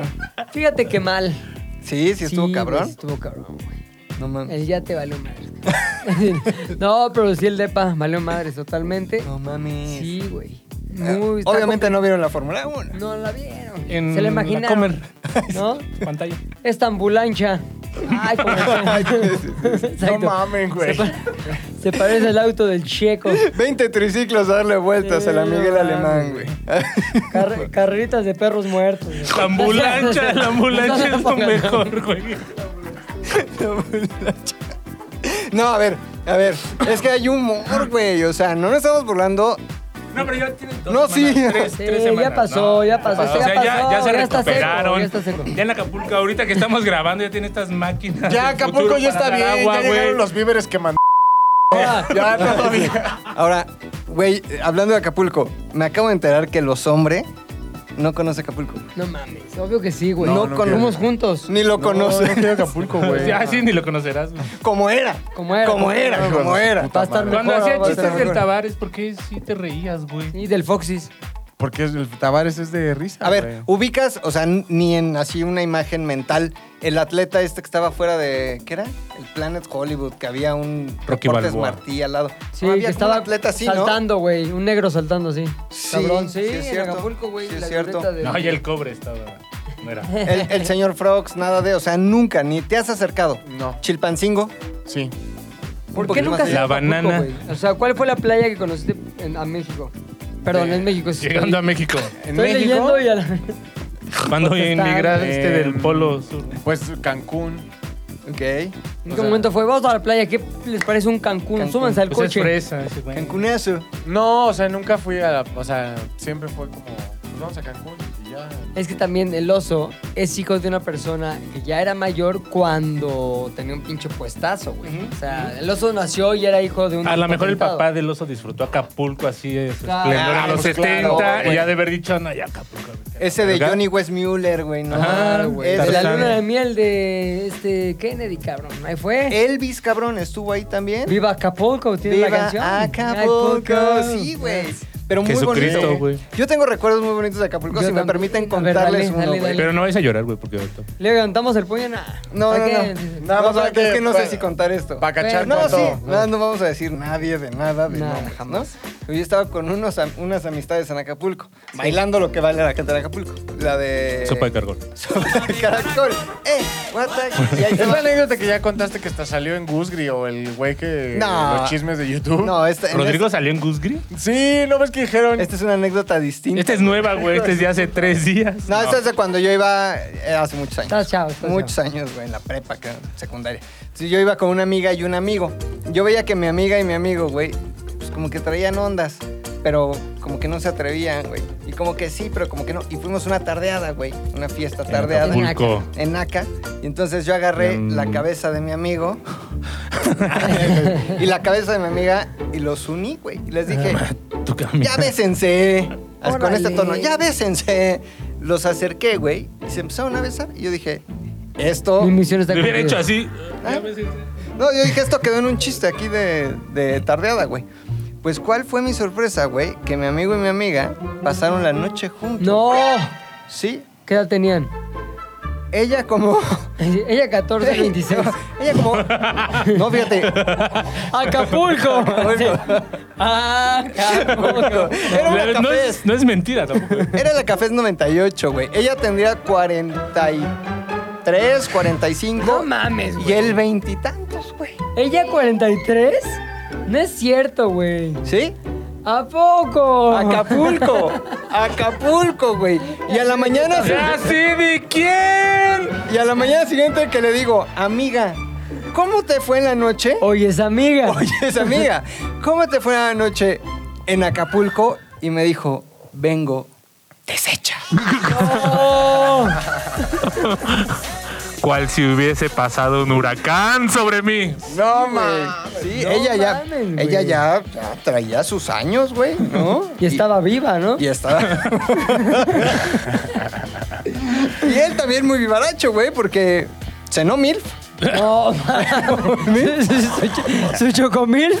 [SPEAKER 3] Fíjate qué mal.
[SPEAKER 4] Sí, sí estuvo
[SPEAKER 3] Sí, güey,
[SPEAKER 4] cabrón.
[SPEAKER 3] sí Estuvo cabrón, güey.
[SPEAKER 4] No mames.
[SPEAKER 3] El ya te valió madre. no, pero sí el depa valió madres totalmente.
[SPEAKER 4] No mames.
[SPEAKER 3] Sí, güey.
[SPEAKER 4] Eh,
[SPEAKER 3] Muy- está
[SPEAKER 4] Obviamente no vieron la Fórmula 1.
[SPEAKER 3] compli- No la vieron.
[SPEAKER 2] En
[SPEAKER 3] Se la
[SPEAKER 2] la
[SPEAKER 3] imaginaron.
[SPEAKER 2] Comer.
[SPEAKER 3] ¿No?
[SPEAKER 2] Pantalla.
[SPEAKER 3] Esta ambulancha. Ay, como Exacto.
[SPEAKER 5] No mamen, güey.
[SPEAKER 3] Se parece al auto del checo.
[SPEAKER 4] 20 triciclos a darle vueltas
[SPEAKER 3] Sí,
[SPEAKER 4] a la Miguel
[SPEAKER 3] no
[SPEAKER 4] Alemán,
[SPEAKER 3] mames.
[SPEAKER 4] güey.
[SPEAKER 3] Car- carreritas de perros muertos. güey.
[SPEAKER 2] La ambulancia, la ambulancia es lo mejor, güey.
[SPEAKER 4] No, a ver, a ver. Es que hay humor, güey. O sea, no nos estamos burlando.
[SPEAKER 2] No, pero ya tienen dos
[SPEAKER 4] No,
[SPEAKER 2] semanas,
[SPEAKER 4] sí.
[SPEAKER 2] tres-
[SPEAKER 3] Sí,
[SPEAKER 2] tres
[SPEAKER 3] ya
[SPEAKER 2] semanas,
[SPEAKER 3] pasó,
[SPEAKER 2] ¿no?
[SPEAKER 3] ya pasó.
[SPEAKER 2] O
[SPEAKER 3] ya
[SPEAKER 2] sea, ya,
[SPEAKER 3] pasó,
[SPEAKER 2] ya se
[SPEAKER 3] está seco,
[SPEAKER 2] recuperaron.
[SPEAKER 3] ya está seco.
[SPEAKER 2] Ya en Acapulco, ahorita que estamos grabando, ya tiene estas máquinas.
[SPEAKER 5] Ya
[SPEAKER 2] del
[SPEAKER 5] Acapulco
[SPEAKER 2] futuro
[SPEAKER 5] ya está
[SPEAKER 2] para
[SPEAKER 5] bien.
[SPEAKER 2] dar agua,
[SPEAKER 5] ya llegaron
[SPEAKER 2] güey.
[SPEAKER 5] los víveres que mandó.
[SPEAKER 3] Ahora,
[SPEAKER 5] Ya todo bien.
[SPEAKER 4] Ahora, güey, eh, hablando de Acapulco, me acabo de enterar que los hombres no conocen Acapulco.
[SPEAKER 3] No mames, obvio que sí, güey.
[SPEAKER 4] No,
[SPEAKER 3] No,
[SPEAKER 4] no
[SPEAKER 3] comemos
[SPEAKER 4] quiero.
[SPEAKER 3] juntos.
[SPEAKER 4] Ni lo
[SPEAKER 5] No, no
[SPEAKER 4] conocen.
[SPEAKER 5] quiero Acapulco, güey.
[SPEAKER 2] Ya, sí, ni lo conocerás. güey.
[SPEAKER 4] Como era.
[SPEAKER 3] Como era.
[SPEAKER 4] Como era,
[SPEAKER 5] No,
[SPEAKER 4] como
[SPEAKER 5] no,
[SPEAKER 4] era.
[SPEAKER 5] puta
[SPEAKER 3] Va a estar
[SPEAKER 5] madre.
[SPEAKER 3] mejor.
[SPEAKER 2] Cuando hacía
[SPEAKER 3] ahora,
[SPEAKER 2] chistes
[SPEAKER 3] ahora.
[SPEAKER 2] del Tavares, ¿por qué sí te reías, güey?
[SPEAKER 3] Y del Foxys.
[SPEAKER 5] Porque el Tavares es de risa.
[SPEAKER 4] A ver,
[SPEAKER 5] güey.
[SPEAKER 4] ubicas, o sea, n- ni en así una imagen mental, el atleta este que estaba fuera de, ¿qué era? El Planet Hollywood, que había un
[SPEAKER 2] Rocky
[SPEAKER 4] Reportes
[SPEAKER 2] Balboa.
[SPEAKER 4] Martí al lado.
[SPEAKER 3] Sí,
[SPEAKER 4] No, había
[SPEAKER 3] que
[SPEAKER 4] como
[SPEAKER 3] estaba
[SPEAKER 4] un atleta así, ¿no?
[SPEAKER 3] saltando, güey. Un negro saltando así.
[SPEAKER 4] Sí,
[SPEAKER 3] Cabrón, sí,
[SPEAKER 4] sí es
[SPEAKER 3] en
[SPEAKER 4] cierto.
[SPEAKER 3] Acapulco, güey.
[SPEAKER 4] Sí es
[SPEAKER 3] la
[SPEAKER 4] cierto.
[SPEAKER 3] glorieta de-
[SPEAKER 2] No, y el cobre estaba. No era.
[SPEAKER 4] El, el señor Frogs, nada de, o sea, nunca, ni te has acercado.
[SPEAKER 5] No.
[SPEAKER 4] Chilpancingo.
[SPEAKER 5] Sí.
[SPEAKER 4] un
[SPEAKER 3] ¿Por qué
[SPEAKER 4] poquito
[SPEAKER 3] nunca
[SPEAKER 4] más
[SPEAKER 3] se
[SPEAKER 2] La
[SPEAKER 3] fue a Acapulco,
[SPEAKER 2] banana.
[SPEAKER 3] güey? O sea, ¿cuál fue la playa que conociste en- a México? Perdón, en México. sí.
[SPEAKER 2] Llegando a México.
[SPEAKER 5] En
[SPEAKER 3] Estoy leyendo y a la...
[SPEAKER 2] Cuando inmigrar este del
[SPEAKER 5] Em,
[SPEAKER 2] polo sur.
[SPEAKER 5] Pues Cancún.
[SPEAKER 3] ¿En
[SPEAKER 4] Ok.
[SPEAKER 5] O
[SPEAKER 3] qué
[SPEAKER 5] sea-
[SPEAKER 3] este momento fue? Vamos a la playa. ¿Qué les parece un Cancún?
[SPEAKER 4] Cancún.
[SPEAKER 3] Súbanse al
[SPEAKER 2] Pues es
[SPEAKER 3] coche.
[SPEAKER 2] fresa ese güey.
[SPEAKER 4] Cancunazo.
[SPEAKER 5] No, o sea, nunca fui a la. O sea, siempre fue como. pues, vamos a Cancún y ya.
[SPEAKER 3] Es que también el oso es hijo de una persona que ya era mayor cuando tenía un pinche puestazo, güey. O sea, el oso nació y era hijo de un.
[SPEAKER 2] A lo mejor el
[SPEAKER 3] potentado.
[SPEAKER 2] papá del oso disfrutó Acapulco así de su
[SPEAKER 3] Claro,
[SPEAKER 2] esplendor en los
[SPEAKER 4] pues
[SPEAKER 2] 70
[SPEAKER 4] claro, güey.
[SPEAKER 2] y ya de haber dicho, no, ya Acapulco.
[SPEAKER 4] Ese de
[SPEAKER 2] ¿Verdad?
[SPEAKER 4] Johnny Westmuller, güey. No,
[SPEAKER 2] Ajá,
[SPEAKER 3] Claro, güey.
[SPEAKER 4] Ese-
[SPEAKER 3] De la
[SPEAKER 2] Tarzán.
[SPEAKER 3] luna de miel de este Kennedy, cabrón. Ahí fue.
[SPEAKER 4] Elvis, cabrón, estuvo ahí también.
[SPEAKER 3] Viva Acapulco, tiene la canción.
[SPEAKER 4] Acapulco. Sí, güey. Pero muy
[SPEAKER 2] Jesucristo,
[SPEAKER 4] bonito.
[SPEAKER 2] güey.
[SPEAKER 4] Yo tengo recuerdos muy bonitos de Acapulco,
[SPEAKER 3] Yo
[SPEAKER 4] si me
[SPEAKER 3] también.
[SPEAKER 4] permiten
[SPEAKER 3] A ver, dale,
[SPEAKER 4] contarles
[SPEAKER 3] dale,
[SPEAKER 4] uno, güey.
[SPEAKER 3] dale.
[SPEAKER 2] Pero no vais a llorar, güey, porque ahorita.
[SPEAKER 3] Le cantamos el puño, nada.
[SPEAKER 4] No, no, no.
[SPEAKER 5] Nada
[SPEAKER 4] No,
[SPEAKER 5] más
[SPEAKER 4] no,
[SPEAKER 5] hay que-
[SPEAKER 4] es que no sé
[SPEAKER 5] para-
[SPEAKER 4] si contar esto.
[SPEAKER 5] Para cachar
[SPEAKER 4] No, sí,
[SPEAKER 5] todo.
[SPEAKER 4] nada, no vamos a decir nadie de nada, de
[SPEAKER 3] Nada,
[SPEAKER 4] nada, jamás. Yo estaba con unos, am- unas amistades en Acapulco, bailando lo que vale la gente de Acapulco. La de...
[SPEAKER 2] Sopa de cargol.
[SPEAKER 4] Sopa de caracol. ¡Eh! what the- Y ahí se
[SPEAKER 5] Es
[SPEAKER 4] va.
[SPEAKER 5] la anécdota que ya contaste que hasta salió en Gusgri o el güey que.
[SPEAKER 4] No.
[SPEAKER 5] Los chismes de YouTube.
[SPEAKER 4] No, esta, en
[SPEAKER 2] ¿Rodrigo salió en Gusgri?
[SPEAKER 5] Sí, ¿no ves que dijeron?
[SPEAKER 4] esta- esta es una anécdota distinta.
[SPEAKER 2] Esta es nueva, güey. Este es de hace tres días.
[SPEAKER 4] No, eso es de cuando yo iba eh, hace muchos años.
[SPEAKER 3] Estás chavo, estás
[SPEAKER 4] muchos años, güey, en la prepa, que- secundaria. Entonces yo iba con una amiga y un amigo. Yo veía que mi amiga y mi amigo, güey, pues como que traían ondas, pero como que no se atrevían, güey. Y como que sí, pero como que no. Y fuimos una tardeada, güey, una fiesta
[SPEAKER 2] En
[SPEAKER 4] tardeada.
[SPEAKER 2] Acapulco.
[SPEAKER 4] En Aca. Y entonces yo agarré
[SPEAKER 2] Mm.
[SPEAKER 4] la cabeza de mi amigo y la cabeza de mi amiga y los uní, güey. Y les dije,
[SPEAKER 2] Tú cambia.
[SPEAKER 4] ya bésense. Así, Con este
[SPEAKER 3] Órale.
[SPEAKER 4] tono, ya bésense. Los acerqué, güey, y se empezaron a besar. Y yo dije, esto.
[SPEAKER 3] Mi misión está
[SPEAKER 2] Me hubiera
[SPEAKER 3] cumplida.
[SPEAKER 2] hecho así.
[SPEAKER 4] ¿Ah? No, yo dije, esto quedó en un chiste aquí de, de tardeada, güey. Pues, ¿cuál fue mi sorpresa, güey? Que mi amigo y mi amiga pasaron la noche juntos.
[SPEAKER 3] No.
[SPEAKER 4] Sí.
[SPEAKER 3] ¿Qué edad tenían?
[SPEAKER 4] Ella como.
[SPEAKER 3] Ella 14, 26.
[SPEAKER 4] Ella como. No, fíjate.
[SPEAKER 3] Acapulco. Acapulco.
[SPEAKER 4] Era una
[SPEAKER 2] No
[SPEAKER 4] cafés.
[SPEAKER 2] es, no es mentira tampoco.
[SPEAKER 4] Era la Cafés 98, güey. Ella tendría 43, 45.
[SPEAKER 3] No mames, güey.
[SPEAKER 4] Y él veintitantos, güey.
[SPEAKER 3] ¿Ella 43? No es cierto, güey.
[SPEAKER 4] ¿Sí?
[SPEAKER 3] ¿A poco?
[SPEAKER 4] Acapulco, Acapulco, güey. Y a la mañana,
[SPEAKER 2] ¡Ya sé de quién!
[SPEAKER 4] y a la mañana siguiente que le digo, amiga, ¿cómo te fue en la noche?
[SPEAKER 3] Oye, es amiga.
[SPEAKER 4] Oye, esa amiga, ¿cómo te fue la noche en Acapulco? Y me dijo, vengo, deshecha.
[SPEAKER 3] Oh.
[SPEAKER 2] Cual si hubiese pasado un huracán sobre mí.
[SPEAKER 4] No, mames. Sí, ella ya,
[SPEAKER 3] mames, güey.
[SPEAKER 4] ella ya, ya traía sus años, güey, ¿no?
[SPEAKER 3] Y estaba viva, ¿no?
[SPEAKER 4] Y estaba. y él también muy vivaracho, güey, porque cenó milf.
[SPEAKER 3] No, mames. Su- su- su- Su chocomil.